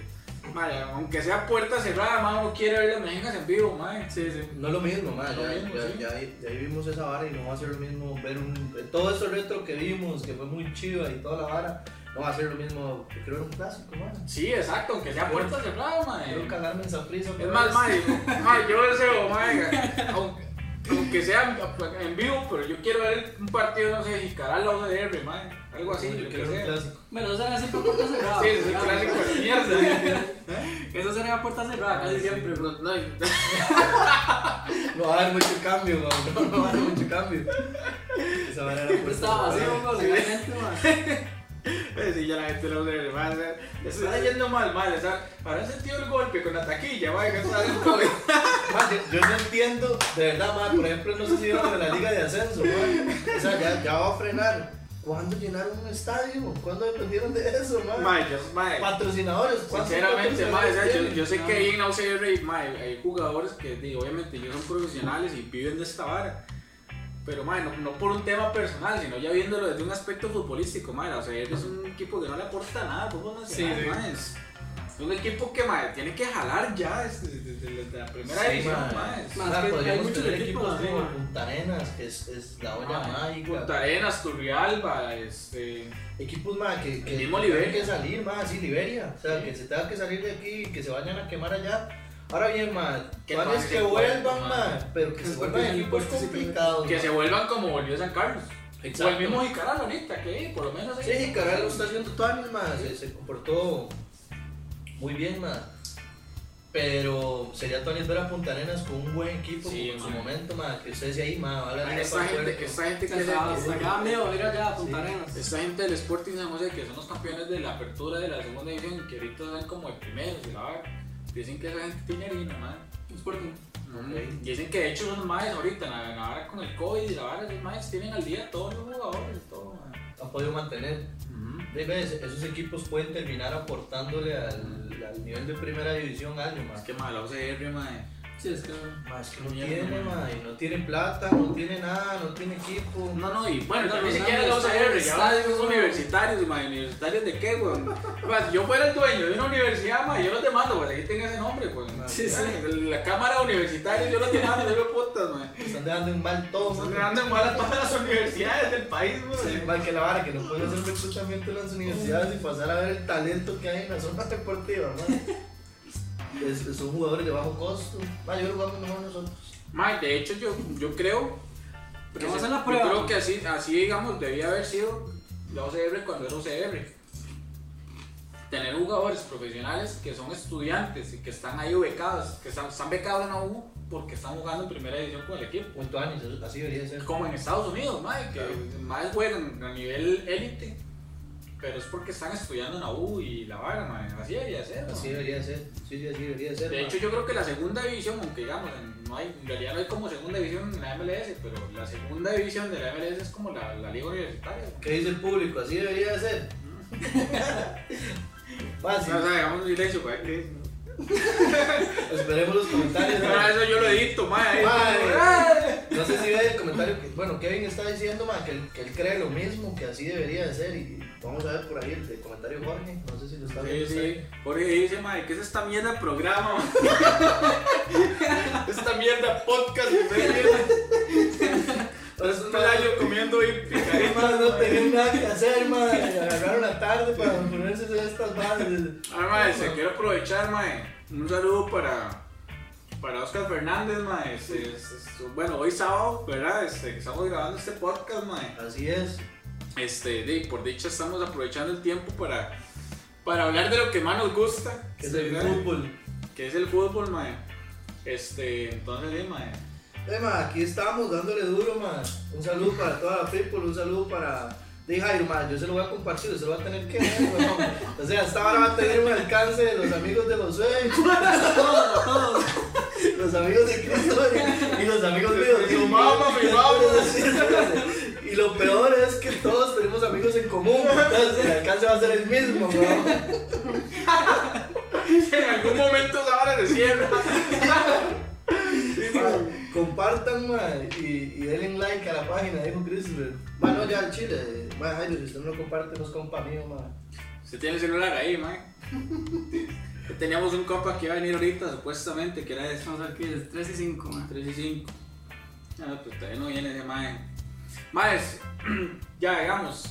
A: mae, aunque sea puerta cerrada, mae, uno quiere ver las mejengas en vivo, mae.
B: Sí, sí.
C: No es lo mismo, man.
A: No
C: Ya,
A: es lo mismo,
C: ya-
A: sí.
C: ya ahí- ya ahí vimos esa vara y no va a ser lo mismo ver un. Todo eso retro que vimos, que fue muy chiva y toda la vara, no va a ser lo mismo que creo en un clásico, man.
A: Sí, exacto, aunque sea puerta cerrada, mae.
C: Quiero cagarme en Saprissa.
A: Es más, mae, mae, yo deseo, mae, aunque, aunque sea en vivo, pero yo quiero ver un partido, no sé, Jicaral o ODR, mae, algo así,
C: yo
A: lo que
C: quiero un
A: sea. Sí,
C: clásico.
B: Bueno, eso era siempre puerta cerrada. pues,
A: es un
B: digamos,
A: clásico
B: ¿no?
A: de mierda.
B: Eso sería puerta cerrada casi siempre, pues. bro.
A: No, y-
C: No va a haber mucho cambio, man. No, <laughs> no va a haber mucho cambio. Esa vara era.
B: Siempre estaba vacío, pues,
C: man.
B: weón, legalmente, <laughs>
A: <laughs>
B: man.
A: Sí, ya la gente lo se va a hacer. Le está yendo mal, mal. O sea, habrá sentido el golpe con la taquilla, va a gastar el COVID.
C: Man, yo- Yo no entiendo, de verdad, man. Por ejemplo, no sé si vieron de la Liga de Ascenso, man. O sea, ya, ya va a frenar. ¿Cuándo llenaron un estadio? ¿Cuándo dependieron de eso, man?
A: Mae, yo- mae,
C: Patrocinadores, ¿cuántos
A: Sinceramente, mae, o sea, yo,
C: patrocinadores
A: yo sé
B: No.
A: que ahí en la UCR mae, hay jugadores que di, obviamente ellos son profesionales y viven de esta vara. Pero mae, no, no por un tema personal, sino ya viéndolo desde un aspecto futbolístico, mae, la UCR es un equipo que no le aporta nada pues, al fútbol nacional,
B: Sí, sí.
A: mae, es- Es un equipo que mae, tiene que jalar ya desde, desde- desde la primera
C: Sí,
A: división,
C: mae.
A: mae.
C: tienen?
B: Más
C: Ah,
B: que hay
C: podríamos
B: muchos
C: tener
B: equipos así,
C: como
B: man.
C: Punta Arenas, que es, es la olla
A: Mae,
C: mágica.
A: Punta Arenas, Turrialba, este.
C: Equipos más que, que
A: mismo
C: que
A: Liberia.
C: tengan que salir, más sí, Liberia. O sea, que se tengan que salir de aquí, que se vayan a quemar allá. Ahora bien, más,
A: Que
C: ¿cuál es
A: pase
C: que
A: el
C: vuelvan,
A: cuerpo,
C: más? Pero que
B: Que
C: se
B: se
C: vuelvan
B: vuelvan equipos
C: equipos
B: que se-
C: complicados.
A: Que
C: ma.
A: se vuelvan como volvió San Carlos. O el
C: Exacto.
A: mismo Jicaral ahorita, que por lo menos. ahí-
C: Sí, Caral lo está haciendo todavía, más. Se, se comportó muy bien, más. Pero sería Tony ver a Punta Arenas con un buen equipo
A: Sí,
C: como en su
A: ma.
C: momento, más. Que usted decía ahí, más, va a la
A: Mae,
C: liga
A: Esta
C: para el
A: gente,
C: puerto.
A: esta gente que se-
B: Hasta hasta acá medio pues, ir allá a Punta
C: Sí.
B: Arenas.
A: Esta gente del Sporting San José, que son los campeones de la apertura de la segunda división, que ahorita están como de primeros, de la vaga, dicen que esa gente tiene harina, madre.
B: Sporting.
A: Mm.
C: Ok.
A: Dicen que de hecho los maes ahorita, en la, en la vara con el COVID y la vara, los maes tienen al día todos los jugadores y todo, mae. Mm.
C: ha podido mantener. Dime, esos equipos pueden terminar aportándole al, al nivel de primera división año, más.
A: Es que madre, la UCR, madre.
B: Sí, es que.
C: Más que no
A: Mierda,
C: tiene,
A: man.
C: ma, y no tiene plata, no tiene nada, no tiene equipo.
A: No, no, y bueno,
B: No,
A: ya ni
B: no,
A: siquiera
B: no,
A: la
B: no,
A: UCR, ya
B: no,
A: ahora
B: no,
A: son
B: no,
A: universitarios, y madre, ¿universitarios de qué, weón? Madre, Si Pues, yo fuera el dueño de una universidad, madre, yo los demando, pues ahí tenga ese nombre, pues. madre.
B: Sí, sí.
A: La cámara universitaria, yo los demando, yo los putas, madre.
C: Están dejando en mal todo,
A: Están
C: man.
A: dejando en mal a todas las universidades del país, weón.
C: Sí, mal que la vara, que no pueden hacer reclutamiento en las universidades y pasar a ver el talento que hay en la zona <laughs> deportiva, man. Es- son jugadores de bajo costo. Ma, yo creo que vamos mejor nosotros.
A: Mae, de hecho yo, yo creo que
B: Vamos
A: se-
B: a la
A: yo
B: prueba.
A: creo que así, así digamos debía haber sido la OCR cuando era OCR. Tener jugadores profesionales que son estudiantes y que están ahí becados, que están, están becados en la U porque están jugando en primera división con el equipo.
C: Punto años, eso- así debería ser.
A: Como en Estados Unidos, mae, que
C: Claro.
A: más juegan a nivel élite, pero es porque están estudiando en la U y la vara, mae. Así debería ser. ¿no?
C: Así debería ser. Sí, sí, así debería ser.
A: De
C: ma.
A: hecho, yo creo que la segunda división, aunque digamos, en- no hay, en realidad no hay como segunda división en la MLS, pero la segunda división de la MLS es como la, la liga universitaria. güey.
C: ¿Qué dice el público? Así debería
A: <laughs>
C: ser. Fácil.
A: No, o sea, hagamos un silencio para ver qué dice.
C: Esperemos los comentarios.
A: Pero <laughs>
C: ma.
A: eso yo lo edito, mae.
C: Mae.
A: Ay.
C: No sé si ve el comentario que, bueno, Kevin está diciendo ma, que, él, que él cree lo mismo, que así debería de ser. Y vamos a ver por ahí el, el comentario de Jorge. No sé si lo está
A: Sí,
C: viendo.
A: sí. Jorge dice, mae, ¿qué es esta mierda de programa? <laughs> mae?
D: Esta mierda podcast que ustedes tienen.
A: <laughs>
C: Pero es Pues, un
A: Un playo comiendo y
C: Ahí
A: picadito.
C: más no tenían nada que hacer, madre. Agarraron la tarde para ponerse de estas madres.
A: Ah, mae, se quiero aprovechar, mae. Un saludo para, para Oscar Fernández, mae. Este, es- es- bueno, hoy sábado, ¿verdad? Este, que estamos grabando este podcast, mae.
C: Así es.
A: Este, de, por dicha estamos aprovechando el tiempo para, para hablar de lo que más nos gusta,
C: Que es el
A: ¿verdad?
C: fútbol.
A: que es el fútbol, mae. Este, entonces, sí,
C: <laughs>
A: mae.
C: Eh, ma, aquí estamos dándole duro, ma. Un saludo para toda la people, un saludo para. De Jairo, ma, yo se lo voy a compartir, se lo va a tener que ver, weón. O sea, hasta ahora va a tener un alcance de los amigos de los sueños,
B: Todos, todos.
C: <laughs> los amigos de Cristo y los amigos míos.
D: Tu mamá, mi mamá.
C: <laughs> Y lo peor es que todos tenemos amigos en común, entonces el alcance va a ser el mismo, weón.
A: En algún momento esa vara se cierra.
C: Ma, Compartan, ma, y, y denle like a la página, dijo Chrysler. Ma, no, ya al chile. Ma, Jairo, si usted no lo comparte, no es compa mío, ma.
A: Se tiene el celular ahí,
C: <laughs>
A: mae. Teníamos un copa que iba a venir ahorita, supuestamente, que era de
B: Vamos a ver qué es 3 y 5, man.
A: 3 y 5. Ah, pues todavía no viene ese mae. Maes, <clears throat> ya digamos.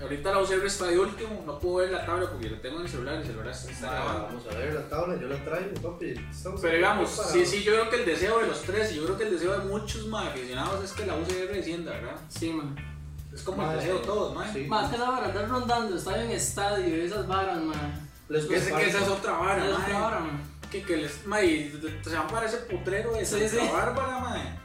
A: Ahorita la UCR está de último, no puedo ver la tabla porque la tengo en el celular, el celular está, está
C: Ma,
A: grabando.
C: vamos a ver la tabla, yo la traigo, papi. Estamos
A: Pero digamos, sí,
C: preparados.
A: sí, yo creo que el deseo de los tres, y yo creo que el deseo de muchos más aficionados es que la UCR descienda, ¿verdad?
B: Sí, man.
A: Es como
C: Mae,
A: el deseo de todos, mae.
C: sí.
B: Más que la vara, andar rondando, estar en estadio, esas varas, man.
C: Les
A: Que, ese- que esa es
C: comparto.
A: otra vara,
B: Esas
A: mae.
B: varas, man.
A: Que, que les, mae, y se van para ese potrero de Santa
B: Sí, sí.
A: Bárbara, mae.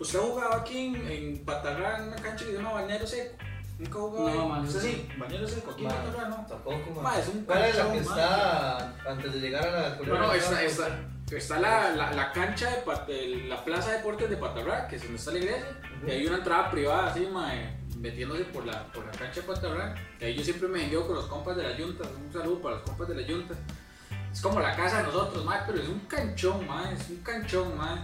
A: ¿Usted ha jugado aquí en, en Patarra, en una cancha que se llama Bañero Seco? ¿Nunca ha jugado?
B: No,
A: ahí?
B: mae,
A: ¿Usted
B: no.
A: sí? Bañero Seco, aquí en
C: Mae.
A: Patarra no.
C: Tampoco, ma.
A: Ma, es un
C: ¿Cuál es la que
A: canchón,
C: está antes de llegar a la pues,
A: No, no, está,
C: esta
A: está, está la, la, la cancha de Pat- de la plaza de deportes de Patarra, que es donde está la iglesia, y hay una entrada privada así, mae, metiéndose por la, por la cancha de Patarra, que ahí yo siempre me envío con los compas de la yunta, un saludo para los compas de la yunta. Es como la casa de nosotros, mae, pero es un canchón, mae, es un canchón, mae.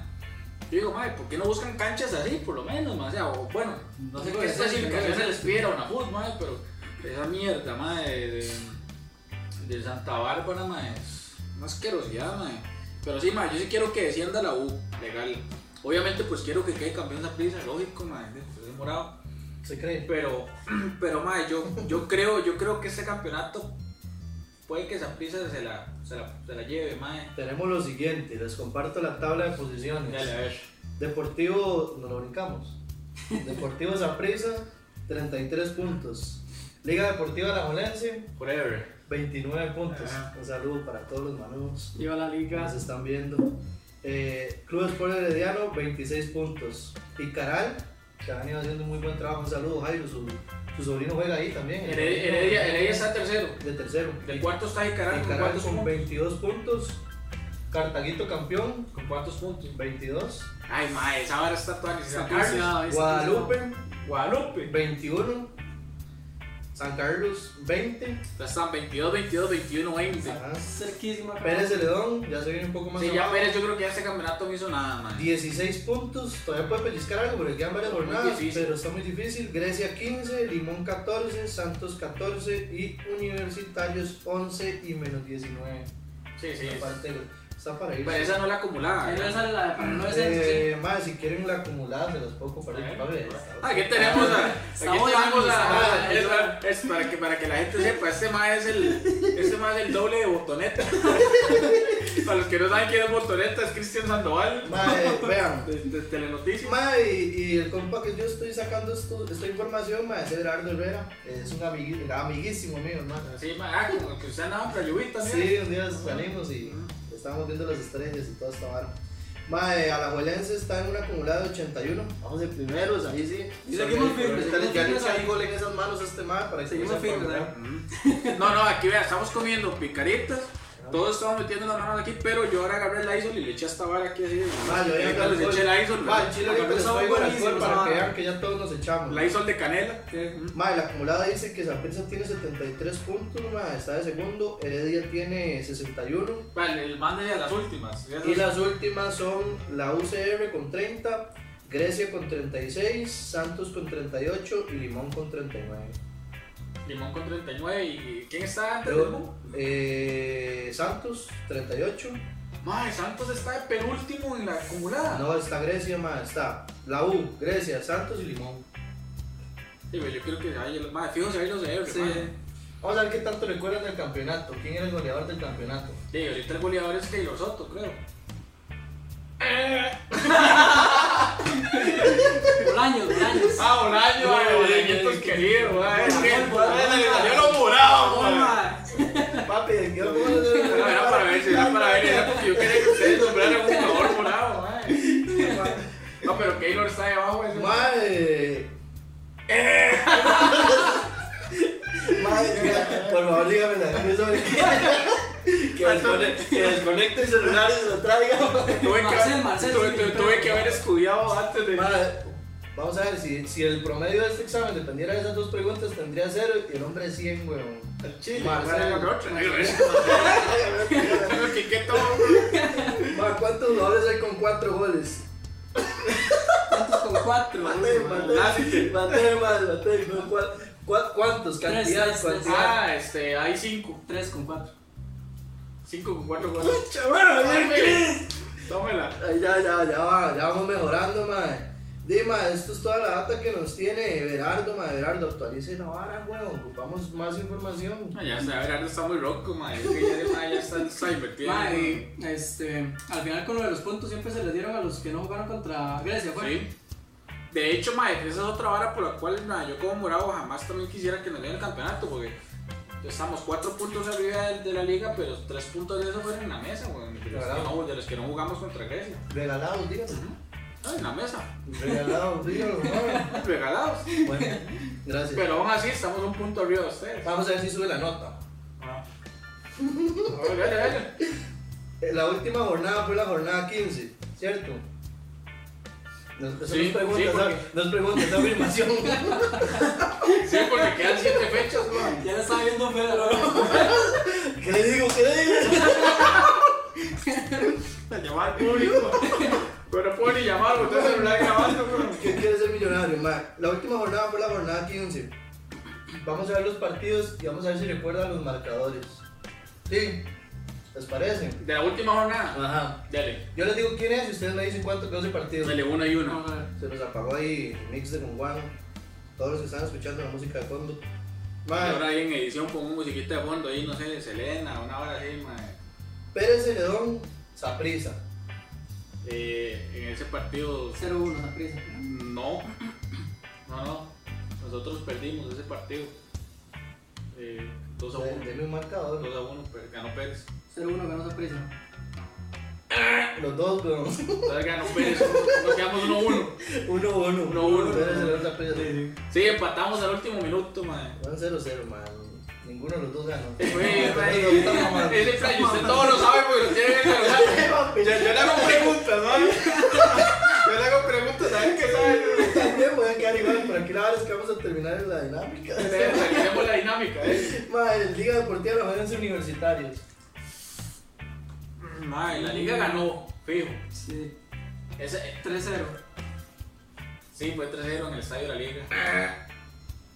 A: Yo digo, mae, ¿por qué no buscan canchas así, por lo menos, mae? O sea, o, bueno, no sé qué especificación se les pidiera a una fútbol, mae, pero esa mierda, mae, de, de- de Santa Bárbara, mae, es una asquerosidad, mae. Pero sí, mae, yo sí quiero que descienda la U, legal. Obviamente, pues quiero que quede campeón la prisa, lógico, mae, después de morado.
C: ¿Se cree?
A: Pero, <clears throat> pero mae, yo, yo creo, yo creo que este campeonato puede que esa prisa se la, se la, se la lleve, mae.
C: Tenemos lo siguiente, les comparto la tabla de posiciones.
A: Dale, a ver.
C: Deportivo, no lo brincamos. Deportivo Zaprisa, 33 puntos. Liga Deportiva La
A: Forever.
C: 29 puntos.
A: Ajá.
C: Un saludo para todos los manudos
B: Lleva la
C: que
B: liga.
C: nos están viendo. Eh, Club Sport Herediano, 26 puntos. Y Caral, que ha venido haciendo muy buen trabajo. Un saludo, Jairo. Su, su sobrino juega ahí también. el
A: Heredia,
C: sobrino
A: Heredia- Heredia está tercero.
C: De tercero.
A: Del cuarto está Jicaral,
C: Y
A: con
C: Caral
A: cuántos
C: con
A: puntos.
C: 22 puntos. Cartaguito campeón,
A: ¿Con cuántos puntos?
C: 22.
A: Ay, mae, esa vara está toda
B: Está
A: necesitada.
B: pulseado, está pulseado.
C: Guadalupe,
A: Guadalupe.
C: 21. San Carlos 20,
A: Ya están 22, 22, 21, 20.
C: ajá,
B: Cerquísima.
C: Pérez Celedón, ya se viene un poco más
A: Sí, ya
C: abajo,
A: Pérez, yo creo que ya este campeonato no hizo nada, man.
C: 16 puntos, todavía puede pellizcar algo, pero quedan varias
A: Muy
C: jornadas,
A: difícil.
C: pero está muy difícil. Grecia 15, Limón 14, Santos 14 y Universitarios 11 y menos 19.
A: Sí, sí.
C: Está para- Está para ir.
A: Pero esa no la acumulada.
B: Ahí no
A: ¿verdad?
B: sale la para no descenso,
C: Eh, madre, si quieren la acumulada, se los puedo compartir.
A: Bueno,
C: Vale,
A: Ah, Aquí tenemos a. Aquí
B: Saúl
A: tenemos a.
B: Ángel,
A: es para- es para, que, para que la gente sepa, este más es el. Este más es el doble de botoneta.
C: <laughs>
A: para los que no saben quién es botoneta, es Cristian Sandoval.
C: Madre, vean.
A: De, de Telenoticias.
C: Madre, y, y el compa que yo estoy sacando esto- esta información, madre, es Gerardo Herrera. Es un amigui- amiguísimo mío, hermano.
A: Sí, ma, ah, como que usted andaba para lluvia también.
C: Sí, un día salimos y estábamos viendo las estrellas y todo esta vara. Mae, Alajuelense está en una acumulada de 81. Vamos de primeros, ahí sí.
B: Y seguimos
C: Pero
B: firmes,
C: ahorita le-
B: seguimos
C: Ya le
B: firmes
C: echa
B: ahí.
C: el gol en esas manos a este mae para que
B: Seguimos
C: no se
B: firmes,
C: ponga.
B: ¿eh?
A: Ujú. Mm. No, no, aquí vea, estamos comiendo picaritas. Todos estamos metiendo las manos aquí, pero yo ahora agarré el ISOL y le eché esta vara aquí así.
C: Mae, yo
A: Ahorita
C: ya
A: les eché el ISOL.
C: Mae, Chile ahorita
B: Acá
C: les
B: estamos
C: traigo el alcohol
B: buenísimos,
C: para que
B: mae.
C: vean que ya todos nos echamos.
A: La ISOL de canela. Mm.
B: sí.
C: Mae, la acumulada dice que Saprissa tiene 73 puntos, mae, está de segundo. Heredia tiene 61.
A: Vale, el mande de las últimas. Ya
C: Y
A: esas-
C: las últimas son la UCR con 30, Grecia con 36, Santos con 38 y Limón con 39.
A: Limón con 39. ¿Y quién está antes de Limón?
C: Luego, eh, Santos 38.
A: Mae, Santos está de penúltimo en la acumulada.
C: No, está Grecia, más está la U, Grecia, Santos y Limón.
A: Sí, pero yo creo que ahí el mae, fíjense ahí los de
C: Sí. Vamos a ver qué tanto recuerdan del campeonato. ¿Quién era el goleador del campeonato?
A: Sí, ahorita el goleador es Keylor Soto, creo.
B: Bolaños, Bolaños.
A: Ah, Bolaño,
D: Ay,
A: Bolañitos
D: ay,
A: querido, mae, es que-
D: Yo lo
B: Ah,
D: morado, man.
B: Hola.
C: Papi, ¿de qué
A: Era era para ver, era para ver, era porque yo quería que ustedes nombraran un jugador morado, mae. No, pero Keylor está ahí abajo, ese mae.
C: Madre. Madre, mira, por favor, dígame la camisa que, descone- que desconecte el celular y se lo traiga. madre.
A: Tuve que-
B: Marcel, Marcel,
A: tuve-
B: sí,
A: tuve-
B: pero-
A: tuve que haber estudiado antes de.
C: Madre, Vamos a ver, si, si el promedio de este examen dependiera de esas dos preguntas, tendría cero y el hombre 100, weón.
A: Marcel,
C: Marcel.
A: otra. Ay, güey. <laughs> Creo que qué todo.
C: Ma, ¿Cuántos jugadores hay con cuatro goles?
B: ¿Cuántos con cuatro?
C: Mate, mate, mate, madre, mate, con cua- cua- ¿Cuántos?
B: Tres,
C: Cantidad,
B: tres, tres.
C: cantidad.
A: Ah, este, hay cinco.
B: Tres con cuatro.
A: Cinco con cuatro goles.
C: Chaval, bien, ¿qué?
A: Tómela.
C: Ay, ya, ya, ya, va, ya vamos mejorando, madre. Dima, esto es toda la data que nos tiene Berardo, madre. Berardo, actualice la vara, weón. Ocupamos más información.
A: Ah, Ya está, Gerardo está muy loco, madre. Es que ya, de- mae, ya <laughs> está, está invertido.
B: Ma, y, este, al final con lo de los puntos siempre se les dieron a los que no jugaron contra Grecia, pues. ¿fue?
A: Sí. De hecho, mae, esa es otra vara por la cual mae, yo como morado jamás también quisiera que nos dieran el campeonato, porque estamos cuatro puntos arriba de, de la liga, pero tres puntos de eso fueron en la mesa, güey. De, los que
C: Claro.
A: no- de los que no jugamos contra Grecia.
C: Regalados, dígame.
A: Ah, en la mesa.
C: Regalados, dígame, madre.
A: Regalados.
C: Bueno, gracias.
A: Pero aún así estamos un punto arriba de ustedes.
C: Vamos a ver si sube la nota.
A: A ver, a ver, a ver.
C: Eh, La última jornada fue la jornada 15, ¿cierto? Nos, eso
A: Sí,
C: nos pregunta,
A: sí, porque-
C: esa- nos pregunta esa
A: <laughs>
C: afirmación.
A: Sí, porque quedan siete fechas, güey.
B: Ya le estaba viendo
A: <laughs>
B: Pedro.
C: ¿Qué le digo? ¿Qué le digo?
A: Llamar al público. Pero pueden ni llamar, porque ustedes celular grabando, güey.
C: ¿Quién quiere ser millonario? ma? La última jornada fue la jornada 15. Vamos a ver los partidos y vamos a ver si recuerdan los marcadores. ¿Sí? ¿Les parece?
A: De la última jornada.
C: Ajá.
A: Dale.
C: Yo les digo quién es y ustedes me dicen cuánto quedó ese partido.
A: Dale, uno y uno.
B: Vamos a ver.
C: Se nos apagó ahí Mix de Gunguano. Todos los que están escuchando la música de fondo. Ma,
A: Y ahora ahí en edición pongo musiquita de fondo ahí, no sé, de Selena, una hora así, mae.
C: Pérez Celedón, Saprisa.
A: Eh, en ese partido,
B: 0-1, la prisa.
A: no. No, no. Nosotros perdimos ese partido. Eh, 2 a 1.
C: Deme un marcador.
A: 2 a 1, ganó Pérez.
B: 0-1 ganó esa prisa.
C: Los dos, weón.
A: Entonces ganó Pérez. Nos quedamos 1 a 1.
C: Uno,
A: <laughs>
C: uno.
A: Uno, uno.
C: Pérez Celedón, Saprissa.
A: Sí, empatamos al último minuto, mae.
C: Van 0-0, man. Ninguno de los dos ganó.
A: Güey,
C: Ninguno de los dos ganó,
A: <laughs>
C: man.
A: Ese play, usted todo lo sabe porque lo tiene en el
C: <laughs>
A: celular.
D: Yo, yo le hago preguntas, ¿no? Yo le hago preguntas, ¿sabes qué sabe?
C: También voy a quedar igual para que claves que vamos a terminar en la dinámica.
B: Tenemos la dinámica, ¿eh?
C: Madre, Liga Deportiva de los Jóvenes Universitarios.
A: Mae, la liga ganó, fijo.
B: Sí,
A: Ese- eh,
B: 3-0.
A: sí, fue 3-0 en el estadio de la liga.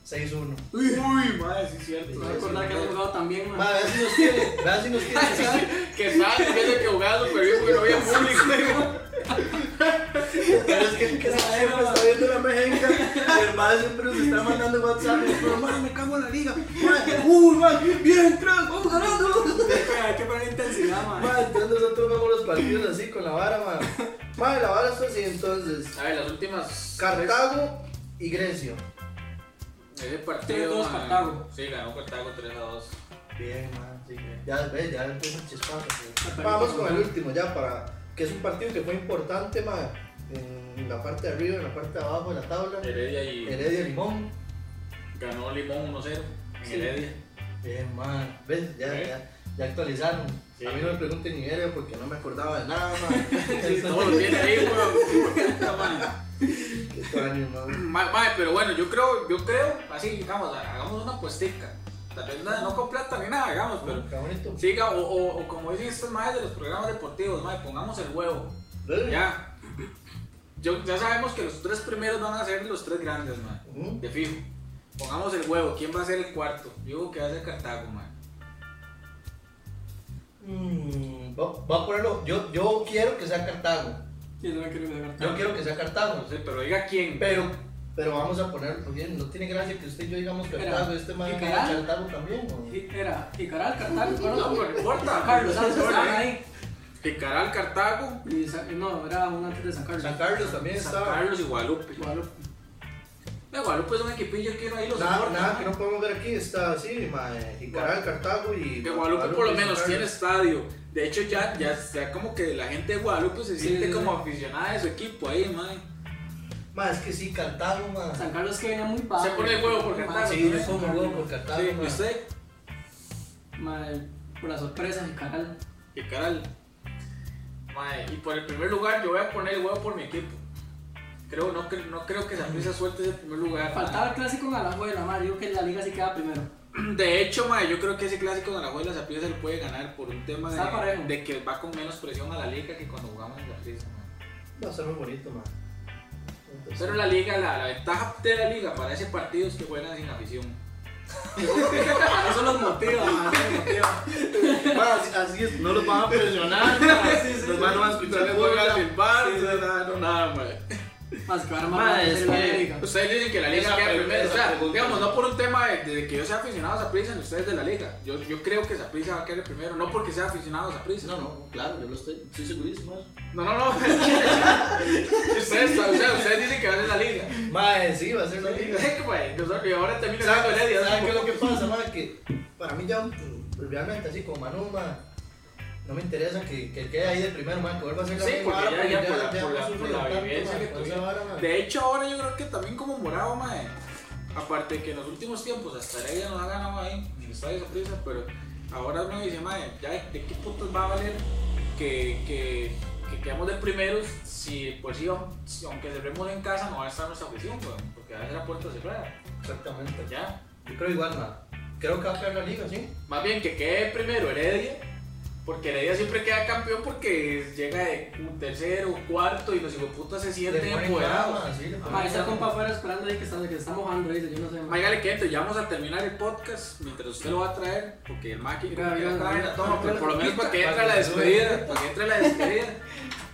C: 6-1.
A: Uy, madre, sí es cierto.
B: No me acordaba
A: <laughs>
B: que había jugado también, man.
C: Madre, vean si nos quiere. Vean si nos quiere.
A: que estaba diciendo que jugaba super bien porque no había público.
C: Pero es que el que está ahí, pues, está viendo la mejenca. Mi hermano siempre nos está mandando WhatsApp. Y dice, "Mae, me cago en la liga. Mae,
B: uh,
C: Uy, man, bien, crack, vamos ganando.
A: <laughs>
B: Hay que poner intensidad, man.
C: Madre, entonces nosotros vemos los partidos así con la vara, madre. Madre, la vara está así entonces.
A: A ver, las últimas.
C: Cartago y Grecia.
A: Ese partido.
B: 3-2
A: mae,
B: Cartago.
A: Sí, ganó Cartago 3-2.
C: Bien, man, sí. Ya ves, ya empieza pues. chispando. Vamos con el último ya para. Que es un partido que fue importante, man. En la parte de arriba, en la parte de abajo de la tabla.
A: Heredia y
C: Heredia Limón.
A: ganó Limón 1-0 en
B: Sí.
A: Heredia.
C: Bien, man. ¿Ves? Ya,
A: ¿Eh?
C: ya, ya actualizaron.
A: Sí.
C: A mí no me pregunten ni verga porque no me acordaba de nada, man.
A: Todo lo tiene ahí, weón.
C: Qué año, man.
A: Mae, mae, pero bueno, yo creo, yo creo, así, digamos, hagamos una apuestica. Tal vez nada, no con plata ni nada, hagamos, pero.
C: Qué bonito.
A: Siga, o, o, o como dicen estos madres de los programas deportivos, mae, pongamos el huevo.
C: ¿Ves?
A: Ya. Yo- ya sabemos que los tres primeros van a ser los tres grandes, mae.
C: Ujú.
A: De fijo. Pongamos el huevo. ¿Quién va a ser el cuarto? Yo digo que va a ser Cartago, mae.
C: Mm, Voy voy a ponerlo. Yo, yo quiero que sea Cartago.
B: Yo no me quiero quedar
C: Yo quiero que sea Cartago.
A: No sé, pero diga quién.
C: Pero, pero vamos a ponerlo bien. No tiene gracia que usted y yo digamos
B: Pero,
C: Cartago. Este man
B: ¿y
C: es
B: Caral?
C: Cartago también. ¿no?
B: Era Jicaral, Cartago,
A: No,
B: Córdoba.
A: pero no importa.
B: Carlos Sánchez
A: No importa,
B: estaban ahí.
A: Picará al Cartago,
B: Y Sa- no, era uno antes de San Carlos.
C: San Carlos también
A: San
C: estaba.
A: Carlos y Guadalupe.
B: Guadalupe.
A: Eh, Guadalupe es un equipillo que no ahí los
C: Nada,
A: soporta,
C: nada
A: mae.
C: que no podemos ver aquí está así, mae, y Caral, Cartago y.
A: Que Guadalupe por lo
C: y San
A: menos
C: Carlos.
A: tiene estadio. De hecho, ya, ya, ya como que la gente de Guadalupe se
B: Sí,
A: siente
B: sí,
A: como
B: sí.
A: aficionada de su equipo ahí, mae.
C: Mae, es que sí, Cartago, mae.
B: San Carlos que venía muy bajo.
A: Se pone el huevo por
B: Man,
A: Cartago.
C: Sí, yo como huevo por Cartago.
A: Sí, ¿y
C: mae.
A: usted?
B: Madre, por la sorpresa, Jicaral.
A: Qué caral. Mae, y por el primer lugar yo voy a poner el huevo por mi equipo. Creo, no, cre- no creo que San Luis se suelte ese primer lugar.
B: Faltaba el clásico en Alajuela, madre. Digo que la liga sí queda primero.
A: mae. <clears throat> De hecho, mae, yo creo que ese clásico de Alajuela Saprissa se lo puede ganar por un tema
B: Está
A: de,
B: parejo.
A: de que va con menos presión a la liga que cuando jugamos en la prisa.
C: Va a ser muy bonito, mae. Entonces,
A: Pero la liga, la, la ventaja de la liga para ese partido es que juegan sin
C: <laughs>
A: afición.
B: Eso los motiva, man. Eso los
C: <laughs>
B: motiva.
C: mae, así, así es, no los van a presionar, mae. los van a escuchar
A: Ustedes
C: burla.
A: juegan sin bar,
C: Sí, sí.
A: ustedes nada, no, nada, mae.
B: Más que ahora
C: Madre,
B: más
C: es
B: la
C: que-
B: liga.
A: Ustedes dicen que la
C: Esa
A: liga queda
C: pregunta,
A: primero. O
C: esa
A: sea,
C: pregunta.
A: digamos, no por un tema de, de que yo sea aficionado a Saprissa ni ustedes de la liga. Yo, yo creo que Saprissa va a quedar primero, no porque sea aficionado a Saprissa.
C: No, no, claro, yo lo estoy, estoy segurísimo. mae. <laughs>
A: no, no. no. <laughs> ustedes, o sea, ustedes dicen que van en la liga.
C: Mae, eh, sí, va a ser
A: <laughs>
C: la liga.
A: Güey, yo solo- y ahora termino
C: ¿Saben
A: con Heredia.
C: ¿saben qué es
A: ¿no?
C: lo que pasa, madre? Que para mí ya, mm, realmente, así como Manuma, no me interesa que, que quede ahí de primero, madre, que vuelva a ser la
A: Sí,
C: misma
A: porque
C: vara,
A: ya- ya por la- por
C: hemos
A: la-
C: sufrido
A: por la
C: tanto,
A: vivencia
C: madre,
A: que
C: con esa
A: tuvimos.
C: vara, madre.
A: De hecho, ahora yo creo que también como Morado, mae. Aparte de que en los últimos tiempos hasta Heredia nos ha ganado ahí en el estadio Saprissa, pero ahora uno dice, mae, ya de qué putas va a valer que, que, que quedamos de primeros si, pues sí, si- aunque cerremos en casa, no va a estar nuestra afición, weón, porque va a ser la puerta cerrada.
C: Exactamente.
A: Ya.
C: Yo creo igual, madre. Creo que va a quedar la liga, sí.
A: Más bien que quede primero Heredia, porque Heredia siempre queda campeón porque llega de un tercero, cuarto y los putas se
C: Le
A: sienten
C: ponen
A: empoderados.
C: cara, madre, sí, le ponen
B: Madre, está
C: cara.
B: compa afuera esperando ahí que está, que está mojando, dice. Yo no sé, man.
A: Máigale que entre, ya vamos a terminar el podcast mientras usted lo va a traer, porque el maqui
B: Mira, mira,
A: trae la
B: mira,
A: toma,
B: mira,
A: pero por lo
B: mira,
A: menos para que
C: para
A: entre
C: que
A: la
C: sube.
A: despedida, para que entre la
B: <laughs>
A: despedida.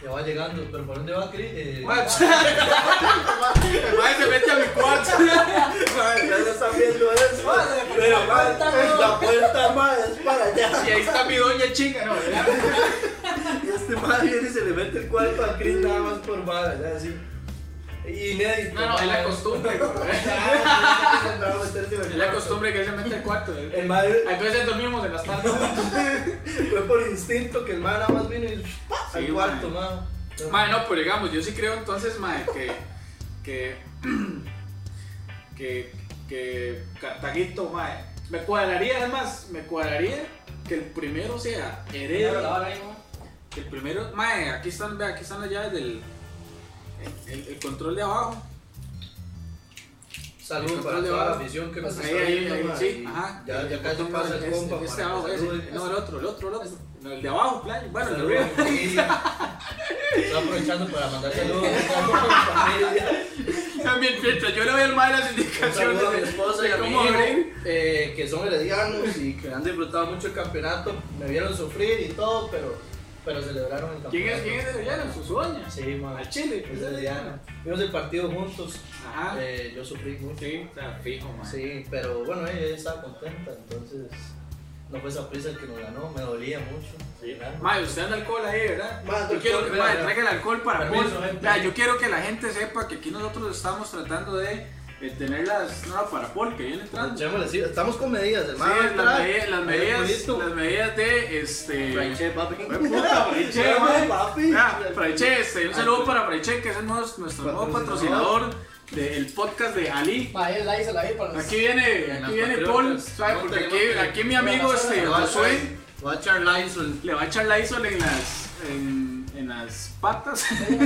C: Ya va llegando, pero ¿por dónde va, Cris? Eh,
A: Mae, mae, se mete a mi cuarto. <laughs>
C: ya lo están viendo eso. Pero, madre, la puerta, madre, es para allá.
A: Y ahí está mi doña chinga, no, ¿verdad?
C: Y este madre viene y se le mete el cuarto a Chris nada más por madre, ya así. Inédito.
A: No, no, es la costumbre, güey. Es
C: Es
A: la costumbre que él se mete al cuarto. ¿verdad?
C: El madre
A: A veces dormimos en las tardes.
C: fue por instinto que el madre nada más vino y ¡pa!
A: Sí,
C: al cuarto,
A: mae.
C: madre.
A: Mae, no, pero digamos, yo sí creo entonces, mae, que. que. <clears throat> que. que Cartaguito, mae. Me cuadraría, además, me cuadraría que el primero sea
B: Mira la
A: Heredia.
B: hora ahí, man.
A: Que el primero. Mae, aquí están, vea, aquí están las llaves del. el, el- el control de abajo.
C: Saludos
A: El
C: para
A: control de
C: toda la
A: barra.
C: afición que nos
B: Pues
C: está
A: ahí, ahí,
C: viendo,
A: ahí,
C: ma,
A: sí,
C: y
A: ajá.
C: Ya, ya
A: El
C: casi
A: botón
C: pasa
A: es-
C: el compa.
A: es este
C: para
A: abajo,
C: que
A: ese.
C: salude.
A: No, el otro, el otro, el otro. No, el de abajo, playa. Bueno, el de
C: Saludos.
A: arriba.
C: Sí. Estoy aprovechando para mandar saludos a mi familia.
A: <laughs> También, mientras yo le voy al mae las
C: Un saludo a mi
A: indicaciones.
C: esposa y a mi
A: ¿Cómo
C: hijo,
A: abrir?
C: eh, que son heredianos y que han disfrutado mucho el campeonato. Me vieron sufrir y todo, pero, pero celebraron el campeonato.
A: ¿Quién es, quién es de Villano? Su sueña.
C: Sí, ma.
A: Al Chile.
C: Es herediano. Vimos el partido juntos.
A: Ajá.
C: Eh, yo sufrí mucho.
A: Ah. Sí, o sea, fijo, mae.
C: Sí, pero bueno, ella estaba contenta, entonces no fue esa prisa el que nos ganó, me dolía mucho.
A: Sí.
C: Claro.
A: Mae, usted anda alcohol ahí, ¿verdad?
C: Mae,
A: yo quiero que
C: alcohol,
A: mae,
C: vea,
A: traiga el alcohol para
C: Permiso,
A: Paul.
C: gente.
A: Vea, yo quiero que la gente sepa que aquí nosotros estamos tratando de, de tener las no, para Paul que viene entrando. Sí,
C: Echémosle, sí, estamos con medidas,
A: las,
C: hermano. Pues entra.
A: medida- las
C: Ahí,
A: medidas,
C: Julito.
A: las medidas de este.
C: Franche, papi.
A: puta, Franche,
C: Ya,
A: mae.
C: papi.
A: Vea, Fraiche, este, un
C: Ay,
A: saludo
C: pero-
A: para Fraiche, que es el nuevo- nuestro nuevo
C: Patrocinador.
A: patrocinador del podcast de Ali.
E: Para él, la hizo la vi para los.
A: Aquí viene,
C: En
A: aquí
C: las
A: viene
C: patriotas.
A: Paul, ¿sabe?
C: No
A: Porque aquí,
C: tenemos que-
A: aquí mi amigo este,
C: Le va a
A: Josué.
C: echar- le va a echar Lysol.
A: Le va a echar la isol en las, en, en las patas. <laughs>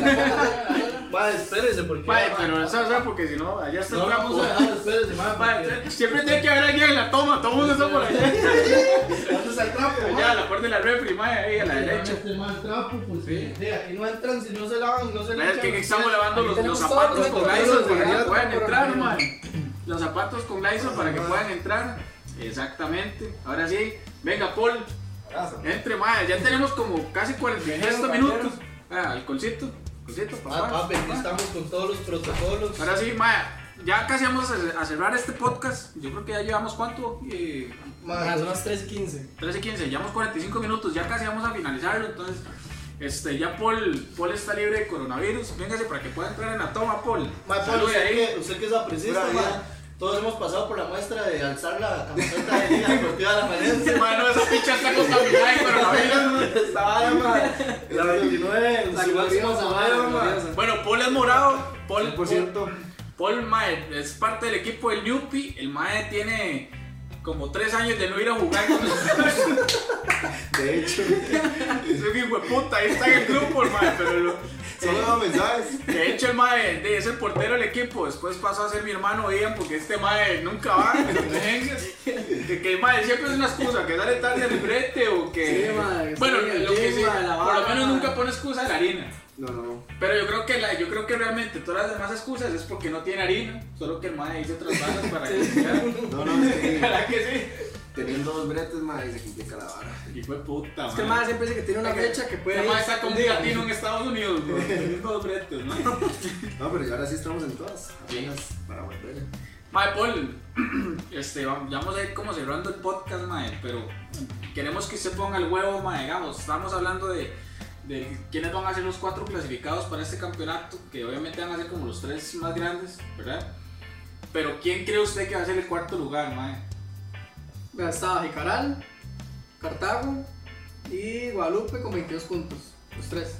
C: Va, espérese, porque.
A: Vale, pero eso es porque si no, allá está
C: No
A: el
C: la vamos a dejar, espérese, ma, porque-
A: Vale, siempre tiene que haber alguien en la toma, todo el mundo está por
C: <laughs>
A: allá.
C: ¿Dónde está el trapo, ma?
A: Allá, a la parte de la refri, mae, ahí a la
C: Le van a
A: derecha.
C: meter más trapo, pues, sí, aquí no entran si no se lavan, no se
A: Vea, Es
C: echan.
A: que estamos lavando los, los
E: tenemos
A: zapatos
E: todo,
A: con
C: todo,
A: Lysol
C: todo,
A: para que
C: todo,
A: puedan
E: todo,
A: entrar,
E: todo.
A: mae. Los zapatos con Lysol para que puedan entrar. Exactamente. Ahora sí, venga, Paul, entre, mae. Ya tenemos como casi 45 minutos. Ah, alcoholcito, alcoholcito,
C: Ah,
A: papá.
C: papi, aquí estamos con todos los protocolos.
A: Ahora sí, Maya, ya casi vamos a a cerrar este podcast. Yo creo que ya llevamos cuánto? Eh,
C: Ma,
E: Son las 3 y 15.
A: 13, 15, llevamos 45 minutos, ya casi vamos a finalizarlo. Entonces, este, ya Paul, Paul está libre de coronavirus. Véngase para que pueda entrar en la toma, Paul.
C: Ma, Pablo,
A: Salude
C: usted,
A: ahí.
C: que, usted que es apricista,
D: Pura
C: ma,
D: vida.
C: todos hemos pasado por la muestra de alzar la camiseta de Liga Deportiva de la Valencia.
A: <laughs> Mano, Ah, esa picha está contaminada de coronavirus.
C: Esta vara, ma, La 29, en su máximo sumario, ma.
A: Bueno, Paul es morado. Paul,
D: Por
A: Paul,
D: cierto,
A: Paul Mae es parte del equipo del Yupi. El Mae tiene como 3 años de no ir a jugar con nosotros.
D: de
A: <laughs>
D: hecho,
A: Es un hijo de puta, ahí está en el grupo, el Mae, pero lo-
D: solo daba mensajes.
A: De hecho, el mae de- es el portero del equipo. Después pasó a ser mi hermano Ian porque este mae nunca va. que, que el mae siempre es una excusa, que sale tarde al brete o que.
B: Sí, mae,
A: bueno,
B: sí,
A: lo que sí,
B: yegua, la
A: por lo
B: vara,
A: menos
B: mae.
A: nunca pone excusa de la harina.
D: No, no, no.
A: Pero yo creo que la, yo creo que realmente todas las demás excusas es porque no tiene harina, solo que el mae dice otras cosas para que
D: No, no, es
A: <laughs>
D: que
A: ¿Verdad que
D: teniendo dos bretes, madre, se complica la vara.
A: sí? Y fue puta,
B: Es que
A: mae.
B: más siempre dice que tiene una fecha que puede.
A: Este mae
B: ir
A: está como
B: un
A: un
B: día.
A: gatino en Estados Unidos, bro. Dos bretos, ¿no?
D: <laughs> No, pero ya ahora sí estamos en todas.
A: Sí.
D: Apenas para volver.
A: Mae, Paul, <clears throat> este, vam- ya vamos a ir como cerrando el podcast, mae, pero queremos que se ponga el huevo, mae, digamos, estamos hablando de, de quiénes van a ser los cuatro clasificados para este campeonato, que obviamente van a ser como los tres más grandes, ¿verdad? Pero ¿quién cree usted que va a ser el cuarto lugar, mae?
B: Vea, Estaba Jicaral, Cartago y Guadalupe con 22 puntos. Los tres.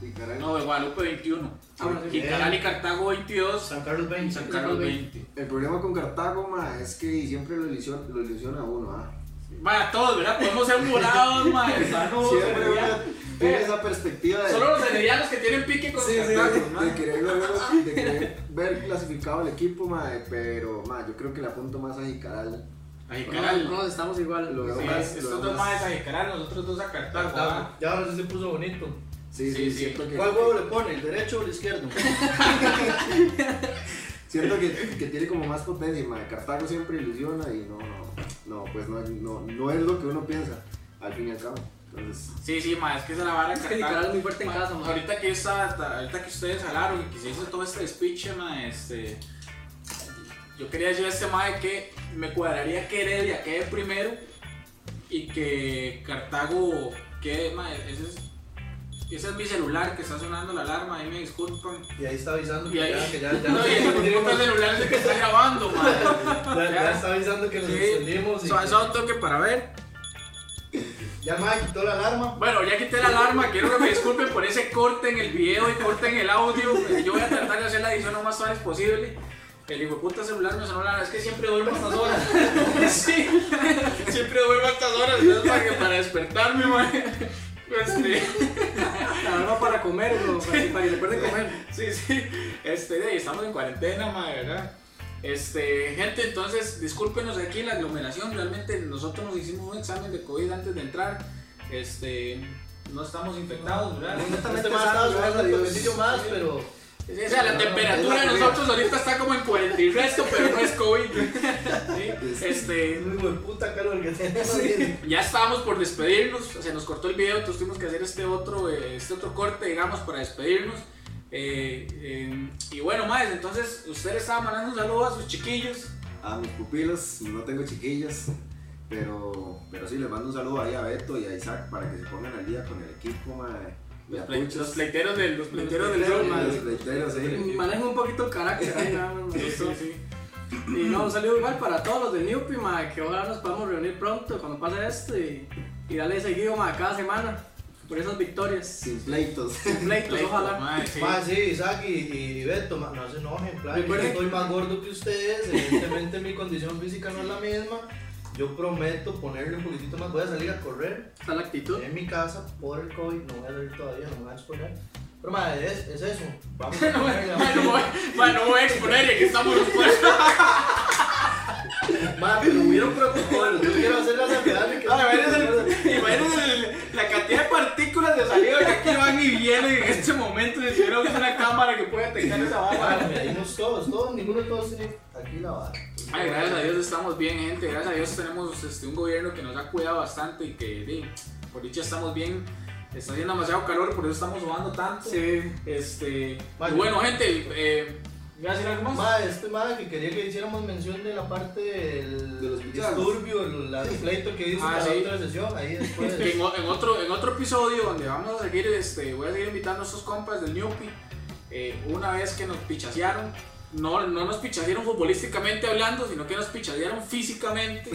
D: Y caray,
A: No, de Guadalupe 21,
B: Ah, bueno, sí.
A: Jicaral y Cartago 22,
C: San Carlos
A: y
C: 20.
A: San Carlos 20.
D: El problema con Cartago, ma, es que siempre lo ilusiona, lo ilusiona a uno, ah.
A: Mae, a todos, ¿verdad? Podemos ser morados,
B: <laughs>
A: mae, sanos,
D: Siempre
A: ¿verdad?
D: uno tiene esa perspectiva de,
A: Eh, Solo los heredianos que tienen pique con
B: Sí, sí,
A: Cartago,
D: de-
A: mae.
D: de querer, ver, de querer ver clasificado el equipo, ma, pero ma, yo creo que le apunto más a Jicaral.
A: A
B: No,
A: Jicaral.
B: no, estamos igual.
D: Lo veo
A: Sí,
D: más. lo
A: estos
D: veo
A: dos más a Jicaral, nosotros dos a Cartago. ¿ah?
C: Ya ahora sí se puso bonito.
D: Sí, sí,
A: Sí, sí.
D: siento que.
C: ¿Cuál huevo le pone? ¿El derecho o el izquierdo?
D: Siento que, que tiene como más potencia, ma. Cartago siempre ilusiona y no, no, no, pues no, no, no es lo que uno piensa, al fin y al cabo. Entonces,
A: Sí, sí, ma, es que se la vara
B: Es que Jicaral es
A: Cartago.
B: muy fuerte en casa, man.
A: Ahorita que, está, ahorita que ustedes hablaron y que se hizo todo este speech, ma, este, yo quería decir a este mae que me cuadraría que Heredia quede primero y que Cartago quede, ma, ese es, ese es mi celular que está sonando la alarma, ahí me disculpan.
C: Y ahí está avisando
A: Y
C: que
A: ahí,
C: ya, que ya,
A: <laughs>
C: ya.
A: no, y ese puto celular es el que está
C: <laughs>
A: grabando, ma.
C: Ya- ya está avisando que nos extendimos.
A: Sí, son un toque para ver.
C: Ya Mike quitó la alarma.
A: Bueno, ya quité la alarma, quiero que me disculpen por ese corte en el video y corte en el audio. Yo voy a tratar de hacer la edición lo más suave posible. El hijo de puta celular me sonó la alarma, es que siempre duermo a estas
C: <laughs>
A: horas. Sí, siempre duermo a estas horas, entonces para, que- para despertarme, mae. Este,
B: La verdad,
A: <laughs>
B: para comer, bro, para, para que le pueden comer.
A: sí, sí, este, de ahí estamos en cuarentena, mae, ¿verdad? Este, gente, entonces discúlpenos aquí la aglomeración. Realmente nosotros nos hicimos un examen de COVID antes de entrar. Este, no estamos infectados, ¿verdad?
C: Este
D: Completamente
C: más estaba
D: sano, gracias
C: jugando
D: a
C: un
D: Dios.
C: toquecillo más, pero.
A: O sea, la temperatura de nosotros ahorita está como en 40 y resto, pero no es
B: <laughs>
A: COVID. Sí, Este,
C: Es un hijo de puta calor que tenemos.
A: ya estábamos por despedirnos, se nos cortó el video, entonces tuvimos que hacer este otro, eh, este otro corte, digamos, para despedirnos. Eh, eh, y bueno, más, entonces ustedes estaban mandando un saludo a sus chiquillos.
D: A mis pupilos, no tengo chiquillas, pero, pero sí, les mando un saludo ahí a Beto y a Isaac para que se pongan al día con el equipo, madre. Y
A: Los,
D: a
A: play-
D: Puchas.
A: los pleiteros del, los pleiteros del
D: Los
A: show,
D: pleiteros,
A: madre.
D: los pleiteros, eh, sí.
B: Manejo un poquito el carácter ahí, nada más.
A: Sí, sí,
B: ¿no?
A: sí.
B: Y no, un saludo igual para todos los del Newpi, ma, que ahora nos podemos reunir pronto cuando pase esto y, y darle seguido ma, cada semana por esas victorias.
D: Sin
A: <laughs>
D: pleitos.
B: Sin
A: pues,
B: pleitos, ojalá.
A: Madre, sí.
C: Más, sí, Isaac y, y Beto, ma, no se enojen, plan. Yo
B: Recuerden-
C: estoy más gordo que ustedes, evidentemente mi condición física no es la misma. Yo prometo ponerle un poquitito más. Voy a salir a correr
B: Está la actitud.
C: en mi casa por el COVID. No voy a salir todavía, no me voy a exponer. Pero, madre, es, es eso. Vamos a ponerle
A: Madre, <laughs> no voy, madre, no voy a exponer ya que estamos expuestos.
C: Mami, lo hubieron protocolo. Yo quiero hacer las enfermedades
A: Ah,
C: que.
A: <laughs> Imagínense el- la cantidad de partículas de saliva que aquí van y vienen en este momento. y Espero que es una cámara que pueda detectar <laughs> esa bala.
C: Mami, medimos todos, todos, ninguno de todos tiene aquí la vara.
A: Ay, gracias a Dios estamos bien, gente. Gracias a Dios tenemos este, un gobierno que nos ha cuidado bastante y que, di, por dicha, estamos bien. Está haciendo demasiado calor, por eso estamos sudando tanto.
B: Sí.
A: Este, y
C: Vale.
A: bueno, gente, eh, ¿voy a decir algo más?
C: Ma, este madre que quería que hiciéramos mención de la parte del
D: De los pichados.
C: disturbio, el, la- el pleito que hizo
A: Ah,
C: la
A: sí.
C: otra sesión, ahí
A: <laughs>
C: después.
A: Que en, o- en otro, en otro episodio donde vamos a seguir, este, voy a seguir invitando a estos compas del Newpi. eh, una vez que nos pichasearon, no, no nos pichasearon futbolísticamente hablando, sino que nos pichasearon físicamente.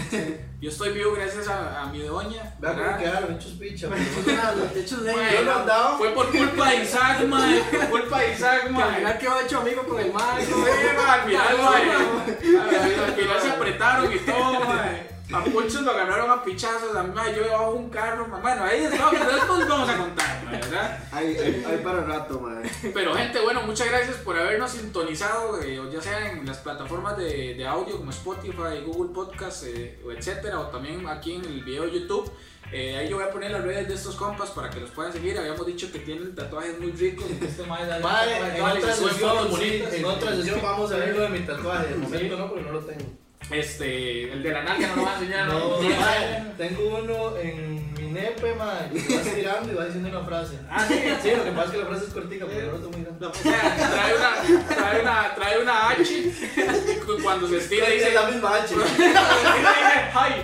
A: Yo estoy vivo gracias a, a mi doña.
C: Vea cómo
A: ¿verdad?
C: quedaron hechos picha.
B: Ah, De hecho, de
A: Mae,
C: Yo lo andaba.
A: Fue por culpa de Isaac, mae. Por culpa de Isaac,
B: que al
A: mae.
B: final quedó hecho amigo con
A: <laughs>
B: el mar.
A: Sí, mae, Al final, mae. Al final se apretaron y todo, mae. A Puchos lo agarraron a pichazos. A mí, mae, yo debajo de un carro. mae. Bueno, ahí es, vamos, después vamos a contar, mae, ¿verdad?
D: Hay, hay, hay para rato, madre.
A: Pero gente, bueno, muchas gracias por habernos sintonizado, eh, o ya sea en las plataformas de, de audio como Spotify, Google Podcast, eh, o etcétera, o también aquí en el video de YouTube. Eh, ahí yo voy a poner las redes de estos compas para que los puedan seguir. Habíamos dicho que tienen tatuajes muy ricos. y que este mae da-
C: Madre, en
A: tatuajes
C: otra
A: y sube
C: sesión,
A: fotos
C: sí,
A: bonitas.
C: en otra sesión vamos a ver lo de mi tatuaje. De momento no, porque no lo tengo.
A: Este, el de la nalga no lo va a enseñar.
C: No,
A: ¿no?
C: madre, tengo uno en mi nepe, madre, que vas tirando y vas diciendo una frase.
A: Ah, sí,
C: Sí, lo que pasa es que la frase es cortica, pero yo no lo tengo muy grande.
A: O sea, trae una, trae una, trae una H y cu- cuando se estira dice
C: Es la
A: <laughs>
C: misma <laughs> H.
A: Ay.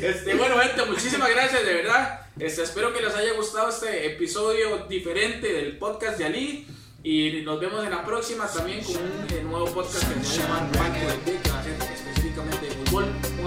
A: Este, bueno, gente, muchísimas gracias, de verdad. Este, espero que les haya gustado este episodio diferente del podcast de Ali. Y nos vemos en la próxima también con un eh, nuevo podcast que se llama Pacto de Té, que va a ser específicamente de fútbol. Un